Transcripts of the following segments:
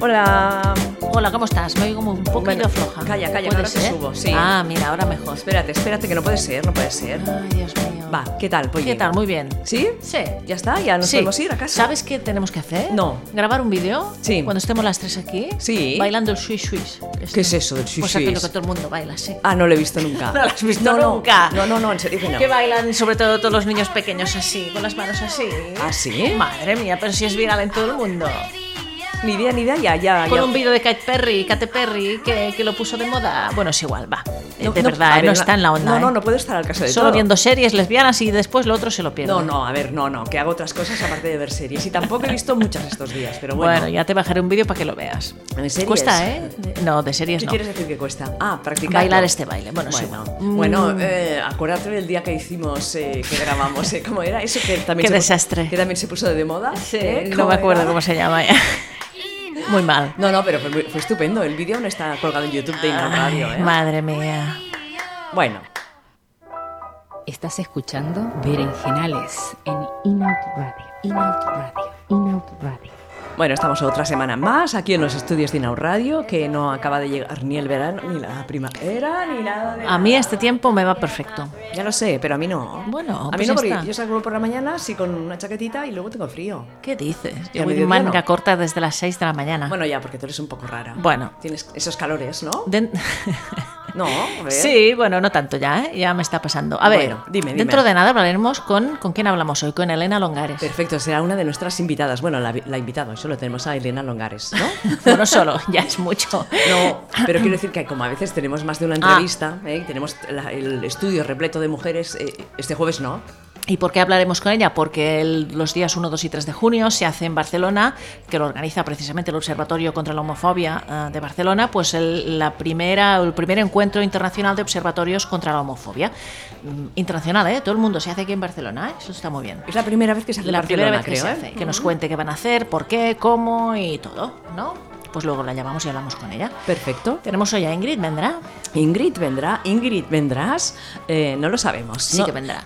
Hola. Hola, ¿cómo estás? Me oigo un poquillo Bueno, floja. calla, calla, ahora ¿Puede te ser? subo, sí. Ah, mira, ahora mejor. Espérate, espérate, que no puede ser, no puede ser. Ay, Dios mío. Va, ¿qué tal, Polly? ¿Qué tal? Muy bien. ¿Sí? Sí. ¿Ya está? ¿Ya nos Sí. podemos ir a casa? ¿Sabes qué tenemos que hacer? No. ¿Grabar un vídeo? Sí. Cuando estemos las tres aquí. Sí. Bailando el swish swish. ¿Qué es eso del swish Pues aquello swish? que todo el mundo baila, sí. Ah, no lo he visto nunca. No lo has visto No, no. nunca. No, no, no, en serio que no. Que bailan sobre todo todos los niños pequeños así, con las manos así. ¿Ah, sí? Madre mía, pero si es viral en todo el mundo. Ni idea, ni idea, ya, ya. Con ya. un vídeo de Kate Perry, Kate Perry, que, que lo puso de moda. Bueno, es igual, va. No, de no, verdad, a eh, ver, no está en la onda. No, no, eh. no puedo estar al caso de Solo todo. viendo series lesbianas y después lo otro se lo pierde. No, no, a ver, no, no, que hago otras cosas aparte de ver series. Y tampoco he visto muchas estos días, pero Bueno, bueno. ya te bajaré un vídeo para que lo veas. ¿En series? Cuesta, ¿eh? No, de series ¿Qué no. quieres decir que cuesta? Ah, practicar. Bailar este baile. Bueno, sí. Bueno, Mm, bueno eh, acuérdate del día que hicimos, eh, que grabamos, eh, ¿cómo era? Eso que también Qué se puso- desastre. que también se puso de moda. sí, ¿eh? no me acuerdo era? cómo se llama ya. Muy mal. No, no, pero fue, muy- fue estupendo. El vídeo no está colgado en YouTube de Inam Radio, Ay, ¿eh? Madre mía. Bueno, Estás escuchando Berenjenales en Inout Radio. Inout Radio. Inout Radio. bueno, estamos otra semana más aquí en los estudios de Inau Radio, que no acaba de llegar ni el verano, ni la primavera, ni nada de... A mí este tiempo me va perfecto. Ya lo sé, pero a mí no. Bueno, a mí pues no, ya porque está. yo salgo por la mañana así con una chaquetita y luego tengo frío. ¿Qué dices? Y a Yo voy de mediodía manga no. corta desde las 6 de la mañana. Bueno, ya, porque tú eres un poco rara. Bueno. Tienes esos calores, ¿no? Den- No, a ver. Sí, bueno, no tanto ya, ¿eh? ya me está pasando. A ver, ¿Eh? Bueno, dime, dime. dentro de nada hablaremos con... ¿Con quién hablamos hoy? Con Elena Longares. Perfecto, será una de nuestras invitadas. Bueno, la, la invitada, solo tenemos a Elena Longares, ¿no? Bueno, solo, ya es mucho. No, pero quiero decir que como a veces tenemos más de una Ah. entrevista, ¿eh? y tenemos la- el estudio repleto de mujeres, eh, este jueves no. ¿Y por qué hablaremos con ella? Porque el- los días 1, 2 y 3 de junio se hace en Barcelona, que lo organiza precisamente el Observatorio contra la Homofobia eh, de Barcelona, pues el, la primera, el primer encuentro internacional de observatorios contra la homofobia. Mm, Internacional, ¿eh? Todo el mundo se hace aquí en Barcelona, ¿eh? eso está muy bien. Es la primera vez que se hace en La primera Barcelona, vez que creo, se ¿eh? hace, que nos cuente qué van a hacer, por qué, cómo y todo, ¿no? Pues luego la llamamos y hablamos con ella. Perfecto. Tenemos hoy a Ingrid, ¿vendrá? Ingrid vendrá, Ingrid vendrás, Eh, no lo sabemos. Sí no. que vendrá.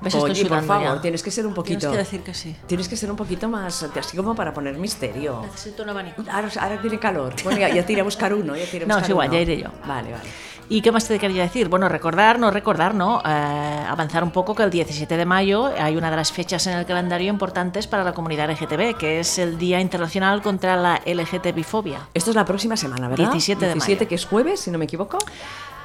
¿Ves? Oye, Estoy por sudando favor, ya. tienes que ser un poquito. Tienes que decir que sí. Tienes que ser un poquito más, así como para poner misterio. Necesito un abanico. Ahora, ahora tiene calor. Bueno, ya, ya te iré a buscar uno. Ya te iré a No, es buscar igual, uno. ya iré yo. Vale, vale. ¿Y qué más te quería decir? Bueno, recordar, no recordar, ¿no? Eh, avanzar un poco que el 17 de mayo hay una de las fechas en el calendario importantes para la comunidad LGTB, que es el Día Internacional contra la LGTBifobia. Esto es la próxima semana, ¿verdad? 17 de 17, mayo. que es jueves, si no me equivoco.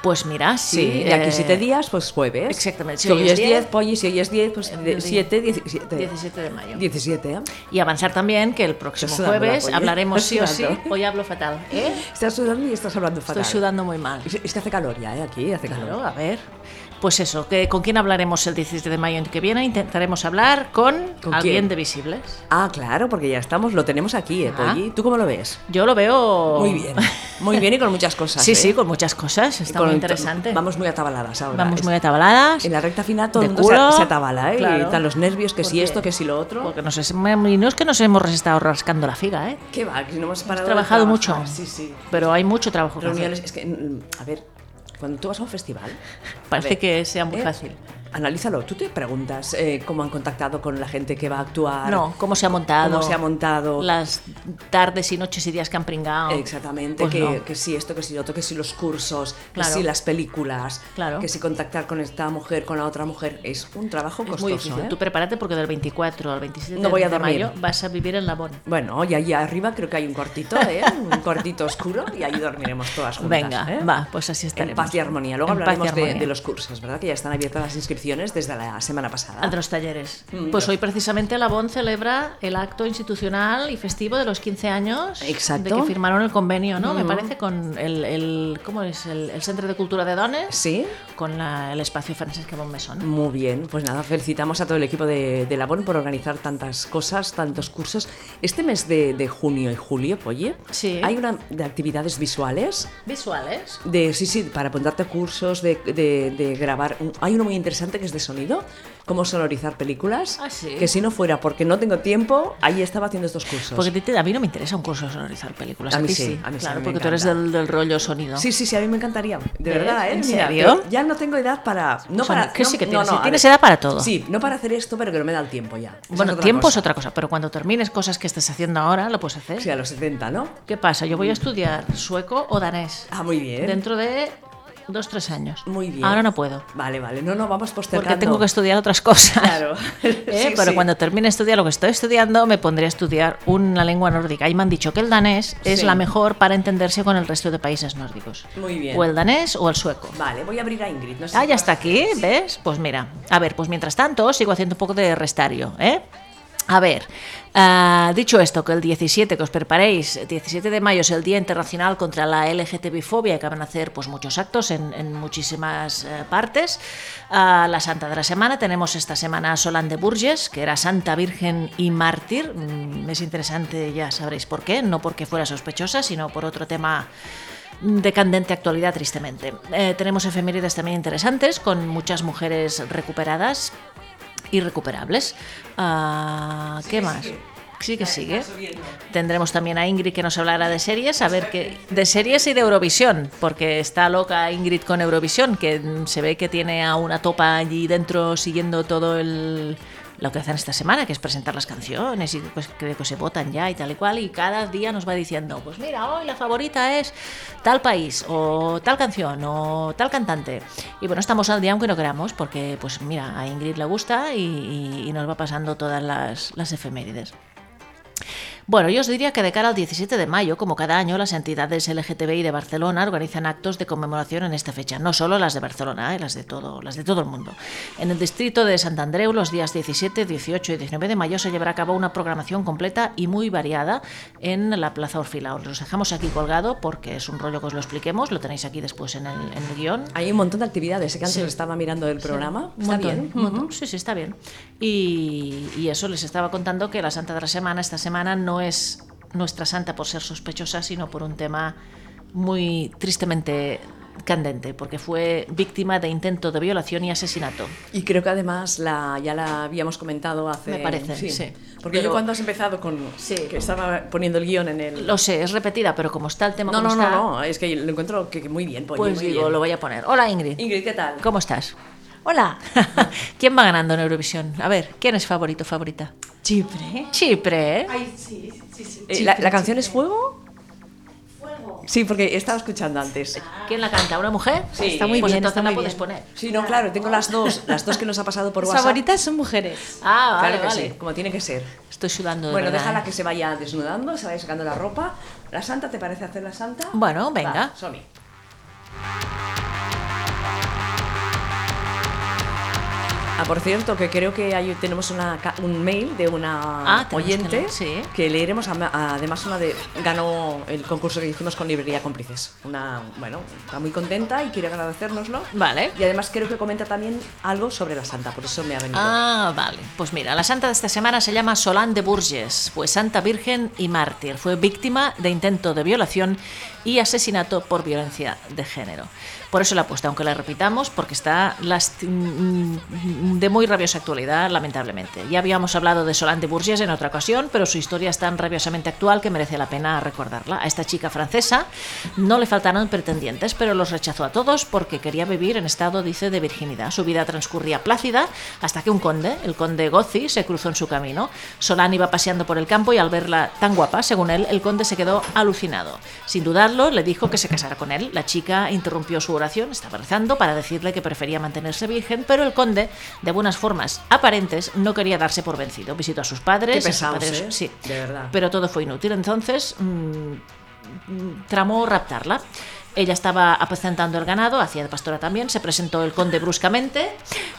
Pues mira, sí. de aquí eh, siete días, pues jueves. exactamente. Si hoy es 10, pollo, si hoy es 10, pues el día. 7, 17. 17 de mayo. 17, ¿eh? Y avanzar también que el próximo Estoy sudando, jueves oye. hablaremos sí Estoy o sí. sudando. Hoy hablo fatal, ¿eh? Estás sudando y estás hablando fatal. Estoy sudando muy mal. Es- Es que hace calor ya, ¿eh? Aquí hace Claro, calor. a ver. Pues eso, que ¿con quién hablaremos el 17 de mayo que viene? Intentaremos hablar con, ¿Con alguien quién? de Visibles. Ah, claro, porque ya estamos, lo tenemos aquí, ¿eh, Ah. Polly? ¿Tú cómo lo ves? Yo lo veo... Muy bien. Muy bien y con muchas cosas. Oh. Sí, ¿eh? sí, con muchas cosas. Está Con- muy interesante. Vamos muy atabaladas ahora. Vamos Es- muy atabaladas. En la recta final todo de el mundo se, culo. se atabala, ¿eh? Y Claro. están los nervios, que ¿Por si qué? esto, que si lo otro. Porque nos es- y no es que nos hemos estado rascando la figa, ¿eh? ¿Qué va? Que no hemos Hemos parado de trabajado trabajar. mucho. Sí, sí. Pero hay mucho trabajo que Reuniones, hacer. es que, mm, a ver, cuando tú vas a un festival... a Parece ver, ¿eh? que sea muy fácil. Analízalo, tú te preguntas eh, cómo han contactado con la gente que va a actuar, No, cómo se ha montado. cómo se ha montado, Las tardes y noches y días que han pringado. exactamente, Pues que, no. que si esto, que si lo otro, que si los cursos, Claro. que si las películas, Claro. que si contactar con esta mujer, con la otra mujer, es un trabajo Es costoso. muy difícil. ¿eh? Tú prepárate porque del 24 al 27 No voy a de dormir. mayo vas a vivir en Labón. Bueno, y allí arriba creo que hay un cortito, ¿eh? un cortito oscuro y allí dormiremos todas juntas. Venga, ¿eh? va, pues así estaremos. En paz y armonía. Luego En paz y hablaremos de- De, armonía. los cursos, ¿verdad? Que ya están abiertas las inscripciones desde la semana pasada. Ah, de los talleres. Mm, Pues hoy precisamente la BON celebra el acto institucional y festivo de los 15 años Exacto. Mm. de que firmaron el convenio, ¿no? Me parece con el, el- ¿cómo es? El, el Centro de Cultura de Dones Sí, con la- el espacio Francesca Bonmesón. muy bien. Pues nada, felicitamos a todo el equipo de, de Labón por organizar tantas cosas, tantos cursos. Este mes de, de junio y julio, oye, Sí. hay una de actividades visuales. Visuales. De, sí, sí, para apuntarte a cursos, de, de- de grabar. Hay uno muy interesante interesante que es de sonido, cómo sonorizar películas, Ah, sí. que si no fuera porque no tengo tiempo, ahí estaba haciendo estos cursos. Porque te- te- a mí no me interesa un curso de sonorizar películas. A mí ti sí, a mí sí, a claro, mí me porque tú eres encanta. del, del rollo sonido. Sí, sí, sí, a mí me encantaría. De ¿Eh? verdad, ¿eh? ¿En Mira, serio? pero Ya no tengo edad para. No O sea, para que no- sí que no, tienes, no, sí, a tienes ver. edad para todo. Sí, no para hacer esto, pero que no me da el tiempo ya. Esa Bueno, es otra tiempo cosa. es otra cosa, pero cuando termines cosas que estés haciendo ahora, lo puedes hacer. Sí, a los 70, ¿no? ¿Qué pasa? Yo voy a estudiar sueco o danés. Ah, muy bien. Dentro de dos, tres años. Muy bien. Ahora no puedo. Vale, vale. No, no, vamos postergando. Porque tengo que estudiar otras cosas. Claro. ¿Eh? Sí, Pero sí. cuando termine de estudiar lo que estoy estudiando, me pondré a estudiar una lengua nórdica. Y me han dicho que el danés es Sí. la mejor para entenderse con el resto de países nórdicos. Muy bien. O el danés o el sueco. Vale, voy a abrir a Ingrid. No sé Ah, si ya está vas- aquí, ¿ves? Pues mira, a ver, pues mientras tanto sigo haciendo un poco de restario, ¿eh? A ver, ah, dicho esto, que el 17 que os preparéis, 17 de mayo es el Día Internacional contra la LGTBI-fobia, que van a hacer pues muchos actos en, en muchísimas eh, partes. Ah, la Santa de la Semana, tenemos esta semana a Solán de Burges, que era Santa Virgen y Mártir. Mm, es interesante, ya sabréis por qué, no porque fuera sospechosa, sino por otro tema de candente actualidad, tristemente. Eh, tenemos efemérides también interesantes, con muchas mujeres recuperadas y recuperables. Ah, ¿Qué más? Sí que sigue. Tendremos también a Ingrid que nos hablará de series, a ver qué de series y de Eurovisión, porque está loca Ingrid con Eurovisión, que mm, se ve que tiene a una topa allí dentro siguiendo todo el lo que hacen esta semana, que es presentar las canciones y pues creo que se votan ya y tal y cual, y cada día nos va diciendo, pues mira, hoy la favorita es tal país, o tal canción, o tal cantante. Y bueno, estamos al día aunque no queramos, porque pues mira, a Ingrid le gusta y, y- y nos va pasando todas las, las efemérides. Bueno, yo os diría que de cara al 17 de mayo, como cada año, las entidades LGTBI de Barcelona organizan actos de conmemoración en esta fecha, no solo las de Barcelona, eh, las, de todo, las de todo el mundo. En el distrito de Sant Andreu, los días 17, 18 y 19 de mayo se llevará a cabo una programación completa y muy variada en la Plaza Orfila. Os los dejamos aquí colgado porque es un rollo que os lo expliquemos, lo tenéis aquí después en el, en el guión. Hay un montón de actividades. sé que antes Sí. estaba mirando el programa. Un Está montón, bien. un montón. Sí, sí, está bien. Y, y eso les estaba contando que la Santa de la Semana esta semana no es nuestra santa por ser sospechosa, sino por un tema muy tristemente candente, porque fue víctima de intento de violación y asesinato. Y creo que además la, ya la habíamos comentado hace. Me parece, sí. Porque Pero- yo cuando has empezado con. Sí. Que estaba poniendo el guión en el. Lo sé, es repetida, pero como está el tema No, no, como no, está, no. Es que lo encuentro que, que muy bien. Polly, pues muy digo, bien. lo voy a poner. Hola Ingrid, Ingrid, ¿qué tal? ¿cómo estás? Hola. ¿Quién va ganando en Eurovisión? A ver, ¿quién es favorito, favorita? Chipre. Chipre, ¿eh? Ay, sí, sí, sí. Eh, ¿La, la canción es Fuego? Sí, porque estaba escuchando antes. ¿Quién la canta? ¿Una mujer? Sí. Está muy Pues bien, entonces entonces la la puedes puedes poner. Sí, no, claro, tengo las dos, las dos que nos ha pasado por Mis WhatsApp. favoritas son mujeres. Ah, Claro vale, que vale. sí, como tiene que ser. Estoy sudando de Bueno, verdad, déjala ¿eh? que se vaya desnudando, se vaya sacando la ropa. ¿La santa te parece hacer la santa? ¿eh? Bueno, venga. Va, Sony. Ah, por cierto, que creo que ahí tenemos una ca- un mail de una Ah, tenemos que oyente leer, sí. que leeremos. ama- Además, una de ganó el concurso que hicimos con Librería Cómplices. Una, bueno, está muy contenta y quiere agradecérnoslo. Vale. Y además creo que comenta también algo sobre la santa, por eso me ha venido. Ah, vale. Pues mira, la santa de esta semana se llama Solán de Burges. Fue santa virgen y mártir. Fue víctima de intento de violación y asesinato por violencia de género. Por eso la he puesto, aunque la repitamos, porque está lasti- mm, de muy rabiosa actualidad, lamentablemente. Ya habíamos hablado de Solán de Burges en otra ocasión, pero su historia es tan rabiosamente actual que merece la pena recordarla. A esta chica francesa no le faltaron pretendientes, pero los rechazó a todos porque quería vivir en estado, dice, de virginidad. Su vida transcurría plácida hasta que un conde, el conde Gozzi, se cruzó en su camino. Solán iba paseando por el campo y al verla tan guapa, según él, el conde se quedó alucinado. Sin dudarlo, le dijo que se casara con él. La chica interrumpió su oración, estaba rezando, para decirle que prefería mantenerse virgen, pero el conde, de buenas formas aparentes, no quería darse por vencido. Visitó a sus padres. Qué a sus pesados, padres- ¿eh? sí. De verdad. Pero todo fue inútil. Entonces, mm, tramó raptarla. Ella estaba apacentando el ganado, hacía de pastora también, se presentó el conde bruscamente,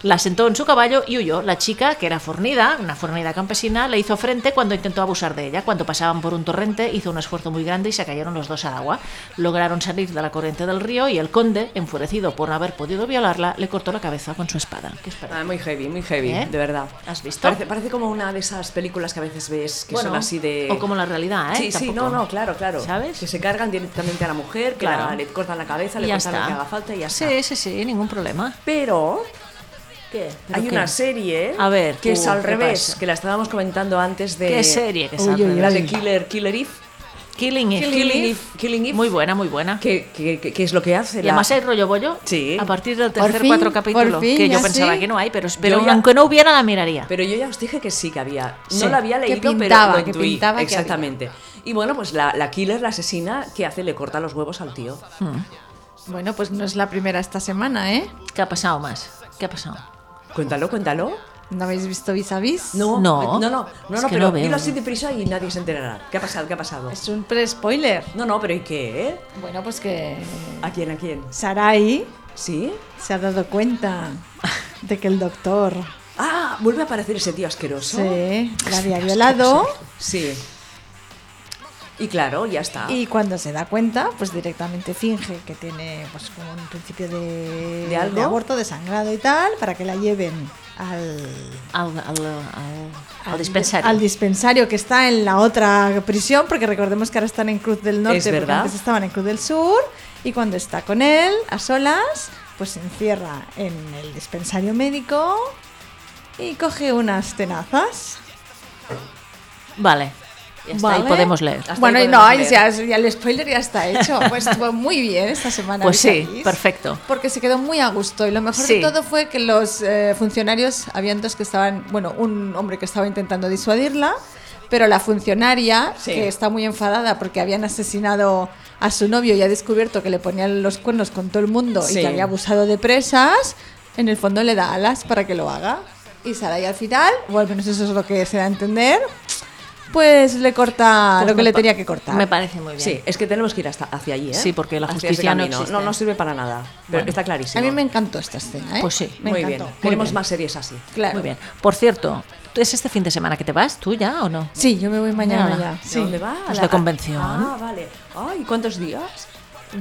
la sentó en su caballo y huyó. La chica, que era fornida, una fornida campesina, le hizo frente cuando intentó abusar de ella. Cuando pasaban por un torrente, hizo un esfuerzo muy grande y se cayeron los dos al agua. Lograron salir de la corriente del río y el conde, enfurecido por no haber podido violarla, le cortó la cabeza con su espada. ¿Qué os parece? Ah, muy heavy, muy heavy, ¿Eh? de verdad. ¿Has visto? Parece, parece como una de esas películas que a veces ves que Bueno, son así de. o como la realidad, ¿eh? Sí, sí, no, Tampoco. no, claro, claro. ¿Sabes? Que se cargan directamente a la mujer, que Claro. la- le cortan la cabeza, Y le ya cortan lo está. que haga falta y ya está. Sí, sí, sí, ningún problema. Pero ¿Qué? ¿Pero Hay qué? una serie A ver, que es tú, al ¿qué revés, pasa? que la estábamos comentando antes de ¿Qué serie? Que es Uy, al uy, revés? la uy. de Killer Killer Eve, Killing Eve. Killing Eve. Killing Eve. Muy buena, muy buena. que, que- que- que es lo que hace Y la además hay rollo bollo Sí. a partir del Por tercer fin, cuatro por capítulo, fin, que yo ya pensaba sí. que no hay, pero, pero Yo ya- aunque no hubiera la miraría. Pero yo ya os dije que sí que había. No Sí. la había Que leído, pintaba, pero lo que intuí. pintaba que Exactamente. Y bueno, pues la, la killer, la asesina, ¿qué hace? Le corta los huevos al tío. Bueno, pues no es la primera esta semana, ¿eh? ¿Qué ha pasado más? ¿Qué ha pasado? Cuéntalo, cuéntalo. ¿No habéis visto vis a vis? No, No. no, no, no, Es no, que pero no veo. dilo así deprisa y nadie se enterará. ¿Qué ha pasado? ¿Qué ha pasado? Es un pre-spoiler. No, no, pero ¿y qué? eh? Bueno, pues que ¿A quién? ¿A quién? Sarai ¿Sí? se ha dado cuenta de que el doctor Ah, vuelve a aparecer ese tío asqueroso. se la había violado Sí. Y claro, ya está. y cuando se da cuenta, pues directamente finge que tiene pues como un principio de, ¿De algo? aborto, de sangrado y tal, para que la lleven al Al, al, al, al dispensario. Al dispensario que está en la otra prisión, porque recordemos que ahora están en Cruz del Norte, Es porque verdad. antes estaban en Cruz del Sur, y cuando está con él, a solas, pues se encierra en el dispensario médico y coge unas tenazas. Vale. Ya está, ahí ¿vale? podemos leer. Hasta bueno, ahí y no, podemos leer. ya, ya el spoiler ya está hecho. Pues estuvo muy bien esta semana. Pues sí, Visalis, perfecto. Porque se quedó muy a gusto. Y lo mejor Sí. de todo fue que los eh, funcionarios, habían dos que estaban, bueno, un hombre que estaba intentando disuadirla, pero la funcionaria, Sí. que está muy enfadada porque habían asesinado a su novio y ha descubierto que le ponían los cuernos con todo el mundo Sí. y que había abusado de presas, en el fondo le da alas para que lo haga. Y Sarai al final, o al menos eso es lo que se da a entender, pues le corta Pues lo que me le pa- tenía que cortar. Me parece muy bien. Sí, es que tenemos que ir hasta, hacia allí, ¿eh? Sí, porque la Hacia ese justicia no camino. existe. No, no sirve para nada. Pero Bueno. está clarísimo. a mí me encantó esta escena, ¿eh? Pues sí. me Muy encantó. bien. Queremos más series así. Claro. Muy bien. Por cierto, ¿tú- ¿es este fin de semana que te vas tú ya o no? Sí, yo me voy mañana Nada. ya. ¿De Sí. ¿Dónde va? Pues A la convención. Ah, vale. Ay, ¿cuántos días?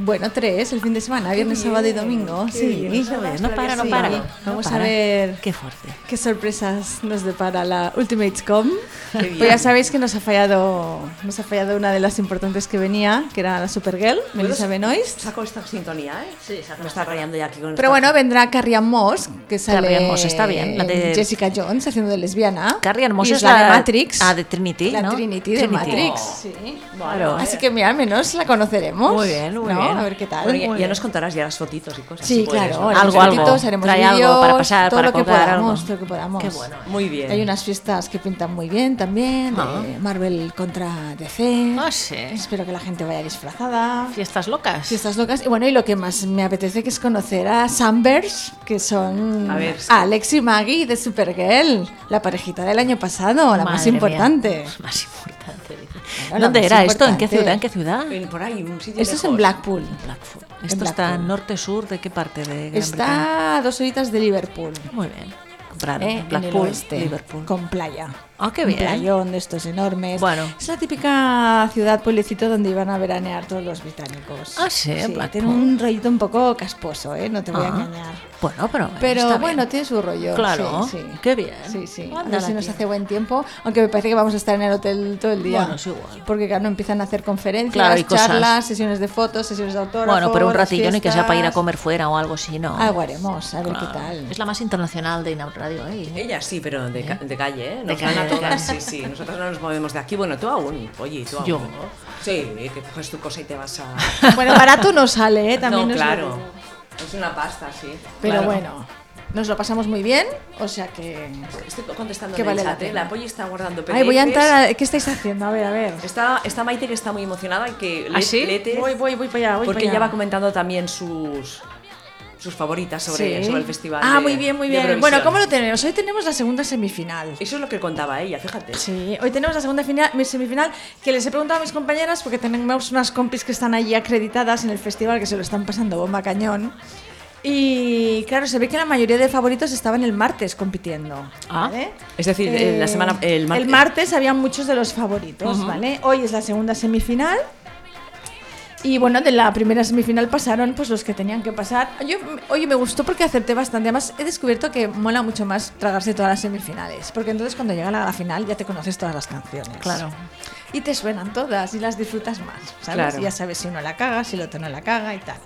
Bueno, tres, el fin de semana, viernes, bien, sábado y domingo. qué Sí, bien. Sí. Ah, No para, no Sí. para. Vamos No a para. ver Qué fuerte. qué sorpresas nos depara la Ultimate.com. Qué bien. Pues ya sabéis que nos ha fallado nos ha fallado una de las importantes que venía, que era la Supergirl, Melissa ¿Puedo- Benoist. Saco esta sintonía, ¿eh? Sí, saca. Me está rayando ya aquí con Pero bueno, vendrá Carrie Ann Moss, que sale Carrie Ann Moss, está bien, la de- en Jessica Jones haciendo de lesbiana. Carrie Ann Moss Y es la- de Matrix. ah, de Trinity, La ¿no? Trinity de Trinity. Matrix. Oh. sí. Claro. Así que mira, al menos la conoceremos. Muy bien, muy ¿no? bien. A ver qué tal. Bueno, Muy ya, ya bien. nos contarás ya las fotitos y cosas. Sí, si puedes, claro. ¿no? haremos Algo, algo. fotitos, haremos Trae algo vídeos, para pasar, todo para lo que colgar podamos, algo. todo lo que podamos. Qué bueno. Muy bien. Hay unas fiestas que pintan muy bien también, de Ah. Marvel contra DC. Ah, sí. Espero que la gente vaya disfrazada. Fiestas locas. Fiestas locas. Y bueno, y lo que más me apetece que es conocer a Sambers, que son A ver. Alex y Maggie de Supergirl, la parejita del año pasado, la más Madre mía. Pues importante. Más importante. dice. Claro, la ¿Dónde más era esto? ¿En qué importante. ciudad? ¿En qué ciudad? En- por ahí, un sitio Esto es lejos. en Blackpool. Blackpool. En Esto está Blackpool. norte-sur, ¿de qué parte de Gran Bretaña? Está a dos horitas de Liverpool. Muy bien. Comprado. ¿eh? En el Blackpool, oeste, Liverpool. Con playa. Ah, qué Un bien. playón de estos enormes. Bueno. Es la típica ciudad, pueblecito donde iban a veranear todos los británicos. Ah, sí, Blackpool. tiene un rollito un poco casposo, ¿eh? No te voy a Ah. engañar. Bueno, pero. está Pero bien. bueno, tiene su rollo. Claro, sí, sí. qué bien. Sí, sí. A Anda ver la si nos tía. hace buen tiempo. Aunque me parece que vamos a estar en el hotel todo el día. Bueno, es igual. Porque claro, empiezan a hacer conferencias, Claro, y cosas. charlas, sesiones de fotos, sesiones de autógrafos. Bueno, pero un las ratillo ni que sea para ir a fiestas. comer fuera o algo así, ¿no? Algo haremos, a ver Claro. qué tal. Es la más internacional de Inaud Radio, ¿eh? Ella sí, pero de, ca- de calle, ¿eh? Nos De van calle, a de todas, calle. sí, sí. Nosotros no nos movemos de aquí. Bueno, tú aún. Oye, ¿y tú aún. Yo. ¿no? Sí, que coges tu cosa y te vas a... Bueno, barato no sale, ¿eh? También no, os lo claro. digo. Es una pasta, sí. Pero Claro. bueno, nos lo pasamos muy bien, o sea que... Estoy contestando Que en el vale la chat, ¿eh? pena. La Polly está guardando PDFs. Ay, voy a entrar a... ¿Qué estáis haciendo? A ver, a ver. Está, está Maite que está muy emocionada y que ¿Ah, sí? léete, Voy, voy, voy para allá, voy Este porque ella para allá. va comentando también sus sus favoritas sobre, Sí. sobre el festival. Ah, de- muy bien, muy de bien. Eurovisión. Bueno, ¿cómo lo tenemos? Hoy tenemos la segunda semifinal. Eso es lo que contaba ella, fíjate. Sí, hoy tenemos la segunda fina- mi semifinal que les he preguntado a mis compañeras porque tenemos unas compis que están allí acreditadas en el festival que se lo están pasando bomba cañón. Y claro, se ve que la mayoría de favoritos estaban el martes compitiendo. Ah. ¿vale? Es decir, eh, la semana- el mar- martes había muchos de los favoritos, ¿vale? Hoy es la segunda semifinal. Y bueno, de la primera semifinal pasaron pues los que tenían que pasar. Yo, oye, me gustó porque acerté bastante. Además, he descubierto que mola mucho más tragarse todas las semifinales. Porque entonces cuando llega la, la final ya te conoces todas las canciones. Claro. Y te suenan todas y las disfrutas más. ¿sabes? Claro. Y Ya sabes si uno la caga, si el otro no la caga y tal.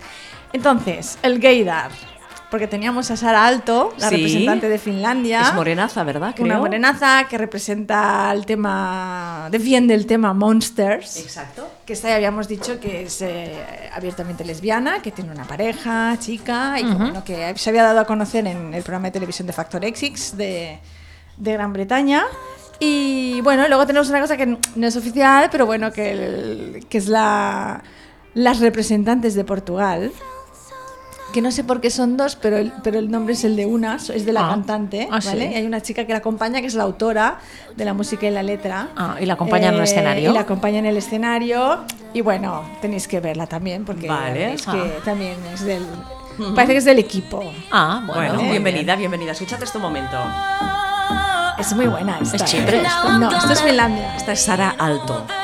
Entonces, el gaydar. porque teníamos a Sara Alto, la Sí. representante de Finlandia. Es morenaza, ¿verdad? Una Creo. morenaza que representa el tema, defiende el tema Monsters. Exacto. Que esta ya habíamos dicho que es eh, abiertamente lesbiana, que tiene una pareja, chica, y que, bueno, que se había dado a conocer en el programa de televisión de Factor X de, de Gran Bretaña. Y bueno, luego tenemos una cosa que n- no es oficial, pero bueno, que, el- que es la, las representantes de Portugal. Que no sé por qué son dos, pero el, pero el nombre es el de una, es de la Ah. cantante, Ah, ¿vale? sí. Y hay una chica que la acompaña, que es la autora de la música y la letra. Eh, Ah, y la acompaña en el escenario. Y la acompaña en el escenario. Y bueno, tenéis que verla también, porque Vale. es Ah. que también es del. Parece que es del equipo. Ah, bueno. Bueno, muy bien. bienvenida, bienvenida. Escúchate este momento. Es muy buena esta. Es ¿eh? Chipre Esta- No, esto es Finlandia. Esta es Sara Alto. pues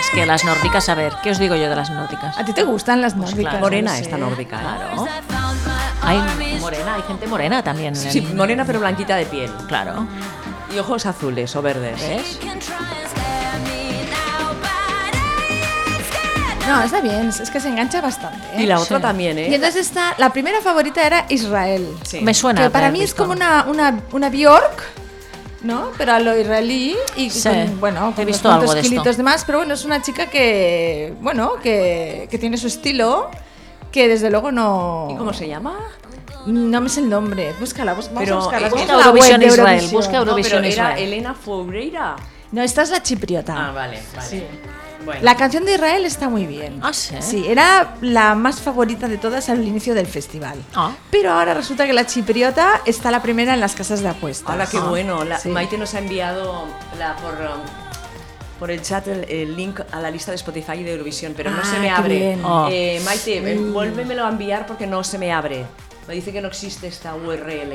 Es que las nórdicas, a ver, ¿qué os digo yo de las nórdicas? ¿A ti te gustan las nórdicas? claro, Pues No Morena sé. esta nórdica. Claro. Hay morena, hay gente morena también. en Sí, el- morena pero blanquita de piel. Claro. Y ojos azules o verdes. ¿Eh? ¿Ves? No, está bien, es que se engancha bastante. ¿eh? Y la otra Sí. también, Y ¿eh? entonces esta, la primera favorita era Israel. Sí. Me suena. que para haber mí es visto. como una, una, una Bjork, ¿no? Pero a lo israelí y Sí. con, bueno, He con visto unos algo cuantos de esto. kilitos de más, pero bueno, es una chica que, bueno, que, que tiene su estilo, que desde luego no... ¿Y cómo se llama? No me sé el nombre, búscala, bús- vamos Pero, a buscarla. eh, vamos busca a la web Eurovisión de Israel, Eurovisión. busca Euro- No, pero Eurovisión era Israel. Elena Foureira. No, esta es la chipriota. Ah, vale, vale. Sí. Bueno. La canción de Israel está muy bien. Ah, sí. Sí, era la más favorita de todas al inicio del festival. Ah. Pero ahora resulta que la chipriota está la primera en las casas de apuestas. Ahora qué Ah. bueno. la- Sí. Maite nos ha enviado la, por, um, por el chat el, el link a la lista de Spotify y de Eurovisión, pero no Ah, se me qué abre. bien. Mm. Oh. Eh, Maite, eh, vuélvemelo a enviar porque no se me abre. Me dice que no existe esta URL.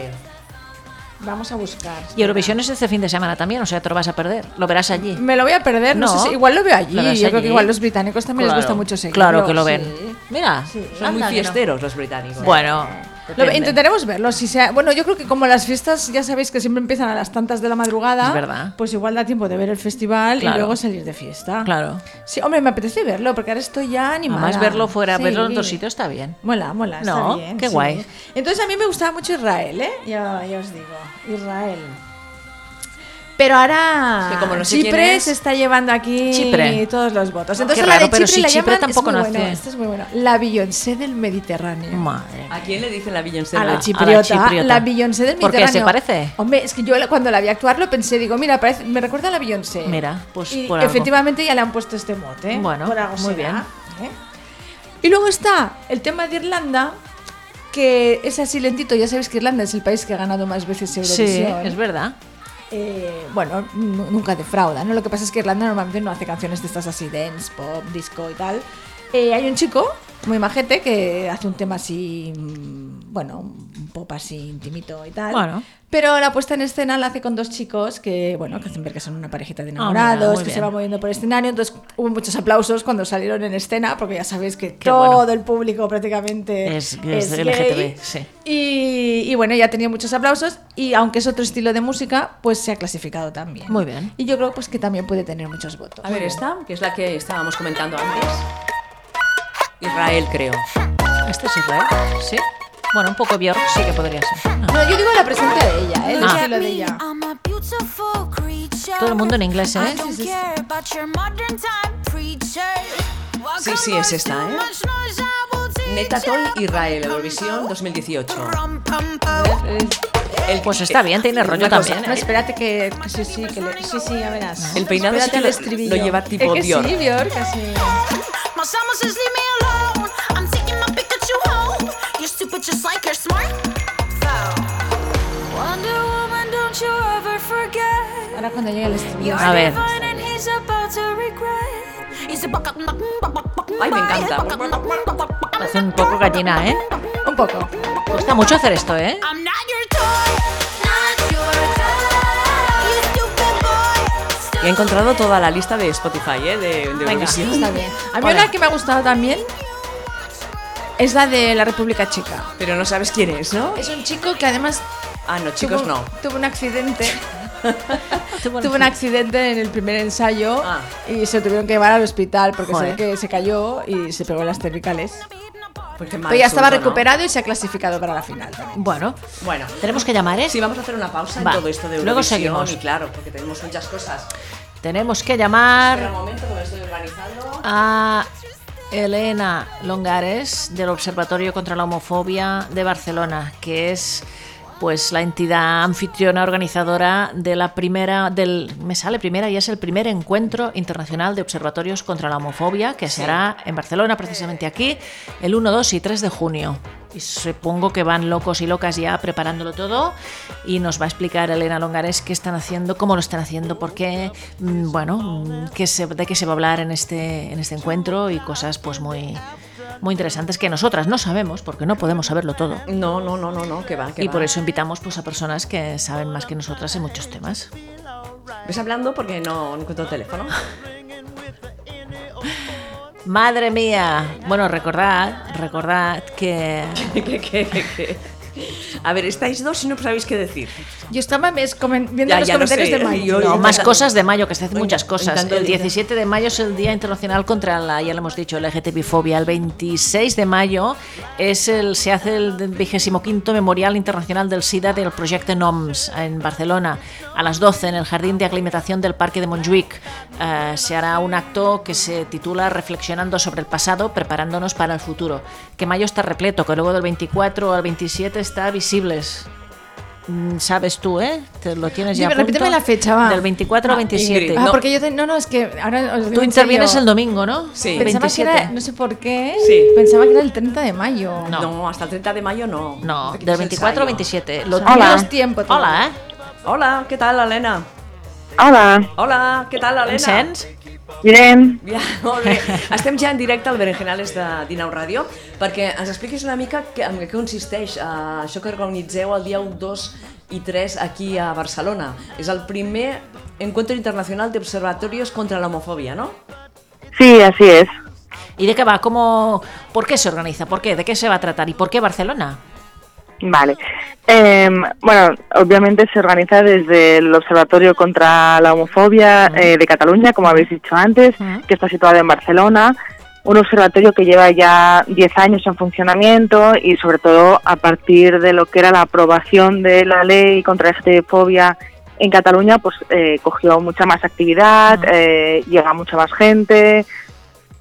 Vamos a buscar. Y Eurovisión es este fin de semana también, o sea, te lo vas a perder. Lo verás allí. Me lo voy a perder, no, No. sé si- igual lo veo allí. Lo Yo verás creo allí. que igual los británicos también les gusta mucho seguirlo. Claro que lo ven. sí. Mira, Son anda muy que no. fiesteros los británicos. Bueno, Lo- depende. intentaremos verlo. Si sea, bueno, yo creo que como las fiestas ya sabéis que siempre empiezan a las tantas de la madrugada, Es verdad. pues igual da tiempo de ver el festival Claro. y luego salir de fiesta. Claro. Sí, hombre, me apetece verlo porque ahora estoy ya animada. Además, verlo fuera, Sí. verlo en otro sitio está bien. Mola, mola, está No, bien, qué sí. guay. Entonces a mí me gustaba mucho Israel, ¿eh? Ya, ya os digo, Israel. Pero ahora Es que como no sé Chipre quién es- se está llevando aquí Chipre. todos los votos. Qué Entonces raro, la de pero Chipre si la Chipre llaman, es tampoco muy nace. bueno, esto es muy bueno. La Beyoncé del Mediterráneo. Madre. ¿A quién le dicen la Beyoncé? A de la, la- chipriota, la la chipriota. Beyoncé del ¿Por qué? Mediterráneo. ¿Se parece? Hombre, es que yo cuando la vi actuar lo pensé, digo, mira, parece- me recuerda a la Beyoncé. Mira, pues Y por algo. efectivamente ya le han puesto este mote. Bueno, por algo muy será, ¿eh? Y luego está el tema de Irlanda, que es así lentito. Ya sabéis que Irlanda es el país que ha ganado más veces Eurovisión. Sí, es verdad. Eh, bueno, nu- nunca defrauda, ¿no? Lo que pasa es que Irlanda normalmente no hace canciones de estas así dance, pop, disco y tal. Eh, hay un chico muy majete que hace un tema así, mm, bueno, un pop así intimito y tal. Bueno. Pero la puesta en escena la hace con dos chicos que, bueno, que hacen ver que son una parejita de Ah, mira, enamorados, muy que se bien. va moviendo por el escenario. Entonces hubo muchos aplausos cuando salieron en escena, porque ya sabéis que Qué todo bueno. el público prácticamente Es- es, es LGTB, gay. sí. Y, y bueno, ya ha tenido muchos aplausos y aunque es otro estilo de música, pues se ha clasificado también. Muy bien. Y yo creo pues que también puede tener muchos votos. A ver, esta, que es la que estábamos comentando antes. Israel, creo. Este es Israel, sí. Bueno, un poco Björk sí que podría ser. Ah. No, yo digo la presencia de ella, ¿eh? el Ah. estilo de ella. Todo el mundo en inglés, ¿eh? I don't Sí, sí, es esta, ¿eh? Neta Toy Israel, Eurovisión 2018. El, Pues está bien, tiene rollo Una cosa, también. ¿eh? No, espérate que, que sí, sí, que le- sí, sí, ya verás. ¿eh? El peinado Espérate sí que al lo- estribillo. lo lleva tipo Es que Sí, Björk. Björk, así. Ahora cuando llega el estribillo. A ver. Ay, me encanta. Hace un poco gallina, ¿eh? Un poco. Cuesta mucho hacer esto, ¿eh? Ah, I'm not your toy, not your toy. You stupid boy. Y he encontrado toda la lista de Spotify, ¿eh? De, de Eurovisión. Está bien. A mí Hola. una que me ha gustado también es la de la República Checa. Pero no sabes quién es, ¿no? Es un chico que además Ah, no, chicos, tuvo, no. tuvo un accidente. Tuvo tuvo un accidente en el primer ensayo Ah. y se lo tuvieron que llevar al hospital porque se Joder. ve que se cayó y se pegó en las cervicales. Pues qué mal Pero ya estaba asunto, ¿no? recuperado y se ha clasificado para la final también. Bueno, Bueno, tenemos que llamar, ¿eh? sí, vamos a hacer una pausa Va. en todo esto de Luego Eurovisión seguimos. y claro, porque tenemos muchas cosas. Tenemos que Espera llamar un momento que me estoy organizando. a Elena Longares del Observatorio contra la Homofobia de Barcelona, que es pues la entidad anfitriona organizadora de la primera del me sale primera y es el primer encuentro internacional de observatorios contra la homofobia que será en Barcelona precisamente aquí el 1, 2 y 3 de junio. Y supongo que van locos y locas ya preparándolo todo y nos va a explicar Elena Longares qué están haciendo, cómo lo están haciendo, por qué, mm, bueno, mm, qué se- de qué se va a hablar en este, en este encuentro y cosas pues muy, muy interesantes que nosotras no sabemos porque no podemos saberlo todo. No, no, no, no, no, que va, que Y va. por eso invitamos pues, a personas que saben más que nosotras en muchos temas. ¿Ves hablando? Porque no no encuentro el teléfono. Madre mía. Bueno, recordad, recordad que Que- que- que- que- A ver, estáis dos y no sabéis qué decir. Yo estaba mes- comen- viendo Ya, los ya lo comentarios sé. de Mayo. Yo- No, yo- más yo- cosas de mayo, que se hacen muchas cosas. intentando El evitar. 17 de mayo es el Día Internacional contra la, ya lo hemos dicho, la LGTBI-fobia. El 26 de mayo es el, se hace el 25 Memorial Internacional del SIDA del Proyecto NOMS en Barcelona. A las 12, en el Jardín de Aclimatación del Parque de Montjuic, eh, se hará un acto que se titula Reflexionando sobre el pasado, preparándonos para el futuro. Que mayo está repleto, que luego del 24 al 27 está Visibles. Mm, Sabes tú, ¿eh? Te lo tienes Sí, ya. a pero repíteme punto. la fecha, va. Del 24 al 27. Ingrid, Ah, No. porque yo te- no, no, es que ahora os digo Tú en intervienes serio. el domingo, ¿no? Sí. Pensaba que era, 27. no sé por qué, Sí. pensaba que era el 30 de mayo. No. hasta el 30 de mayo no. No, Porque del es 24 al ensayo. 27. Lo Hola. Tenemos tiempo todavía. Hola, ¿eh? Hola, ¿qué tal, Elena? Hola, Hola, ¿qué tal, Elena? Em sents? Irene. Ja, molt bé. Estem ja en directe al Berenjenales de Dinau Ràdio perquè ens expliquis una mica que, en què consisteix eh, això que organitzeu el dia 1, 2 i 3 aquí a Barcelona. És el primer Encuentro Internacional de Observatorios contra la Homofobia, no? Sí, así es. ¿Y de qué va? ¿Cómo, ¿Por qué se organiza? ¿Por qué? ¿De qué se va a tratar? ¿Y por qué Barcelona? Vale. Em, bueno, obviamente se organiza desde el Observatorio contra la Homofobia eh, de Cataluña, como habéis dicho antes, que está situado en Barcelona. Un observatorio que lleva ya 10 años en funcionamiento y sobre todo a partir de lo que era la aprobación de la ley contra la fobia en Cataluña, pues eh, cogió mucha más actividad, eh, llega mucha más gente,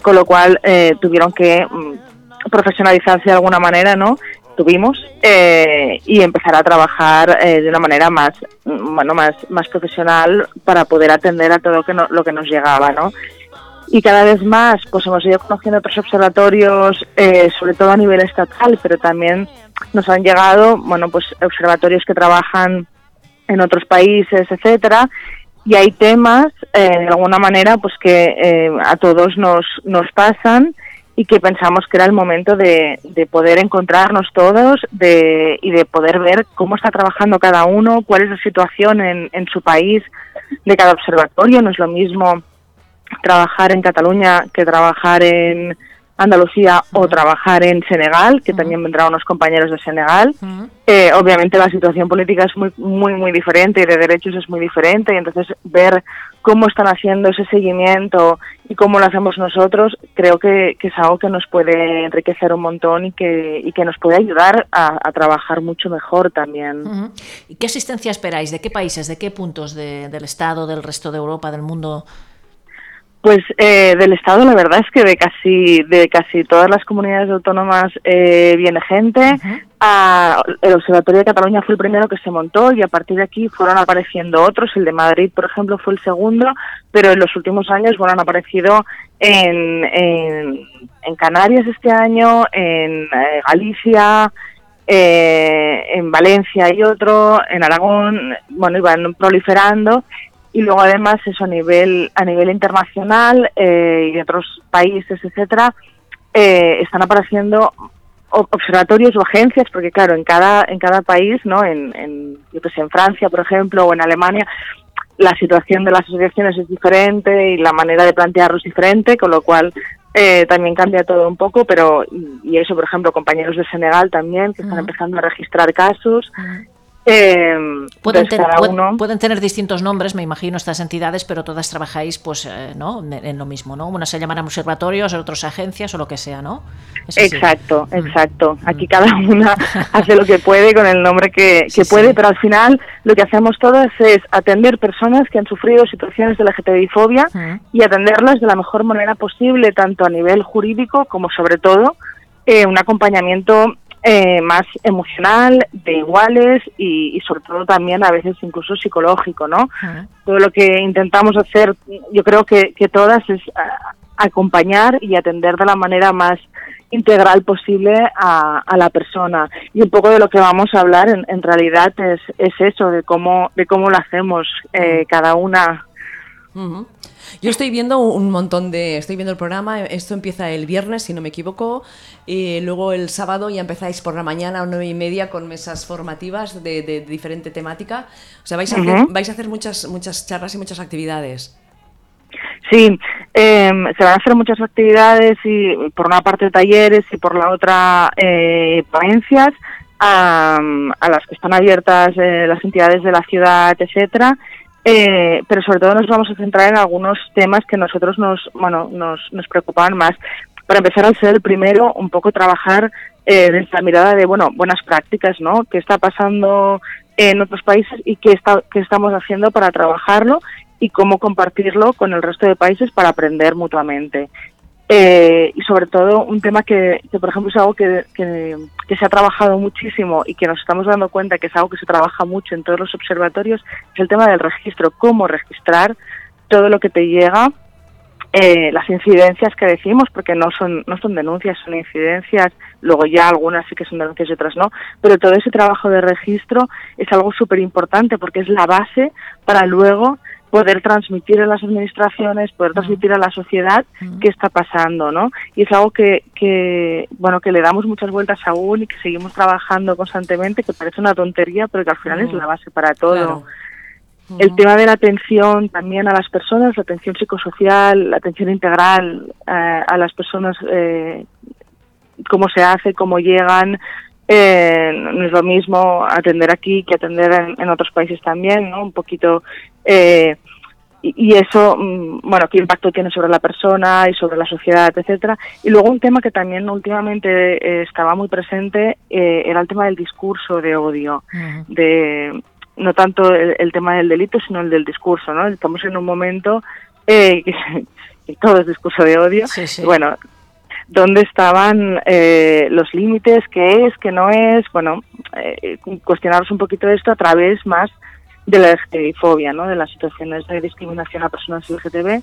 con lo cual eh, tuvieron que mm, profesionalizarse de alguna manera, ¿no? Tuvimos eh, y empezar a trabajar eh, de una manera más, mm, bueno, más, más profesional para poder atender a todo lo que, no- lo que nos llegaba, ¿no? Y cada vez más, pues hemos ido conociendo otros observatorios, eh, sobre todo a nivel estatal, pero también nos han llegado, bueno, pues observatorios que trabajan en otros países, etcétera. Y hay temas, eh, de alguna manera, pues que eh, a todos nos, nos pasan y que pensamos que era el momento de, de poder encontrarnos todos de, y de poder ver cómo está trabajando cada uno, cuál es la situación en, en su país de cada observatorio. No es lo mismo trabajar en Cataluña que trabajar en Andalucía o trabajar en Senegal, que también vendrán unos compañeros de Senegal. Eh, obviamente la situación política es muy, muy, muy diferente y de derechos es muy diferente y entonces ver cómo están haciendo ese seguimiento y cómo lo hacemos nosotros creo que, que es algo que nos puede enriquecer un montón y que, y que nos puede ayudar a, a trabajar mucho mejor también. Ujú. ¿Y qué asistencia esperáis? ¿De qué países? ¿De qué puntos de- del Estado, del resto de Europa, del mundo? Pues eh, del Estado la verdad es que de casi de casi todas las comunidades autónomas eh, viene gente. Ah, el Observatorio de Cataluña fue el primero que se montó y a partir de aquí fueron apareciendo otros. El de Madrid, por ejemplo, fue el segundo, pero en los últimos años bueno, han aparecido en, en, en Canarias este año, en eh, Galicia, eh, en Valencia y otro, en Aragón, bueno, iban proliferando y luego además eso a nivel a nivel internacional eh, y de otros países, etcétera, eh, están apareciendo o- observatorios o agencias, porque claro, en cada en cada país, ¿no? En, en yo que sé, en Francia, por ejemplo, o en Alemania la situación de las asociaciones es diferente y la manera de plantearlo es diferente, con lo cual eh, también cambia todo un poco, pero y y eso, por ejemplo, compañeros de Senegal también que están empezando a registrar casos. Eh, Pueden, entonces, ten- cada pue- uno- pueden tener distintos nombres, me imagino, estas entidades, pero todas trabajáis pues, eh, ¿no? en, en lo mismo, ¿no? Unas se llamarán observatorios, otras agencias o lo que sea, ¿no? Es así. Exacto, Mm. exacto. Aquí cada una hace lo que puede con el nombre que, que Sí, sí. puede, pero al final lo que hacemos todas es atender personas que han sufrido situaciones de LGTBI-fobia Mm. y atenderlas de la mejor manera posible, tanto a nivel jurídico como sobre todo eh, un acompañamiento eh, más emocional, de iguales y, y sobre todo también a veces incluso psicológico, ¿no? Mm. todo lo que intentamos hacer, yo creo que, que todas, es ah, acompañar y atender de la manera más integral posible a, a la persona. Y un poco de lo que vamos a hablar en, en realidad es, es eso, de cómo, de cómo lo hacemos eh, cada una. Ujú. Yo estoy viendo un montón de. Estoy viendo el programa. Esto empieza el viernes, si no me equivoco. Y luego el sábado ya empezáis por la mañana a nueve y media con mesas formativas de, de diferente temática. O sea, vais a hacer, Ujú. vais a hacer muchas, muchas charlas y muchas actividades. Sí, eh, se van a hacer muchas actividades y por una parte talleres y por la otra eh, ponencias am, a las que están abiertas eh, las entidades de la ciudad, etcétera. Eh, pero sobre todo nos vamos a centrar en algunos temas que nosotros nos bueno nos, nos preocupaban más. Para empezar, al ser el primero, un poco trabajar eh, desde la mirada de bueno buenas prácticas, ¿no? ¿Qué está pasando en otros países y qué, está, qué estamos haciendo para trabajarlo y cómo compartirlo con el resto de países para aprender mutuamente. Eh, y sobre todo un tema que, que, por ejemplo, es algo que, que- que se ha trabajado muchísimo y que nos estamos dando cuenta que es algo que se trabaja mucho en todos los observatorios, es el tema del registro, cómo registrar todo lo que te llega, eh, las incidencias que decimos, porque no son, no son denuncias, son incidencias, luego ya algunas sí que son denuncias y otras no, pero todo ese trabajo de registro es algo súper importante porque es la base para luego poder transmitir a las administraciones, poder transmitir a la sociedad qué está pasando, ¿no? Y es algo que, que, bueno, que le damos muchas vueltas aún y que seguimos trabajando constantemente, que parece una tontería, pero que al final es la base para todo. Claro. El tema de la atención también a las personas, la atención psicosocial, la atención integral eh, a las personas, eh, cómo se hace, cómo llegan. eh, no es lo mismo atender aquí que atender en, en otros países también, ¿no? Un poquito. eh, y, y eso, mm, bueno, qué impacto tiene sobre la persona y sobre la sociedad, etcétera. Y luego un tema que también últimamente eh, estaba muy presente eh, era el tema del discurso de odio Mm. de no tanto el, el tema del delito sino el del discurso no estamos en un momento eh, que todo es discurso de odio Sí, sí. bueno dónde estaban eh, los límites qué es qué no es bueno eh, cuestionaros un poquito esto a través más de la LGTBI-fobia, no de las situaciones de discriminación a personas LGTB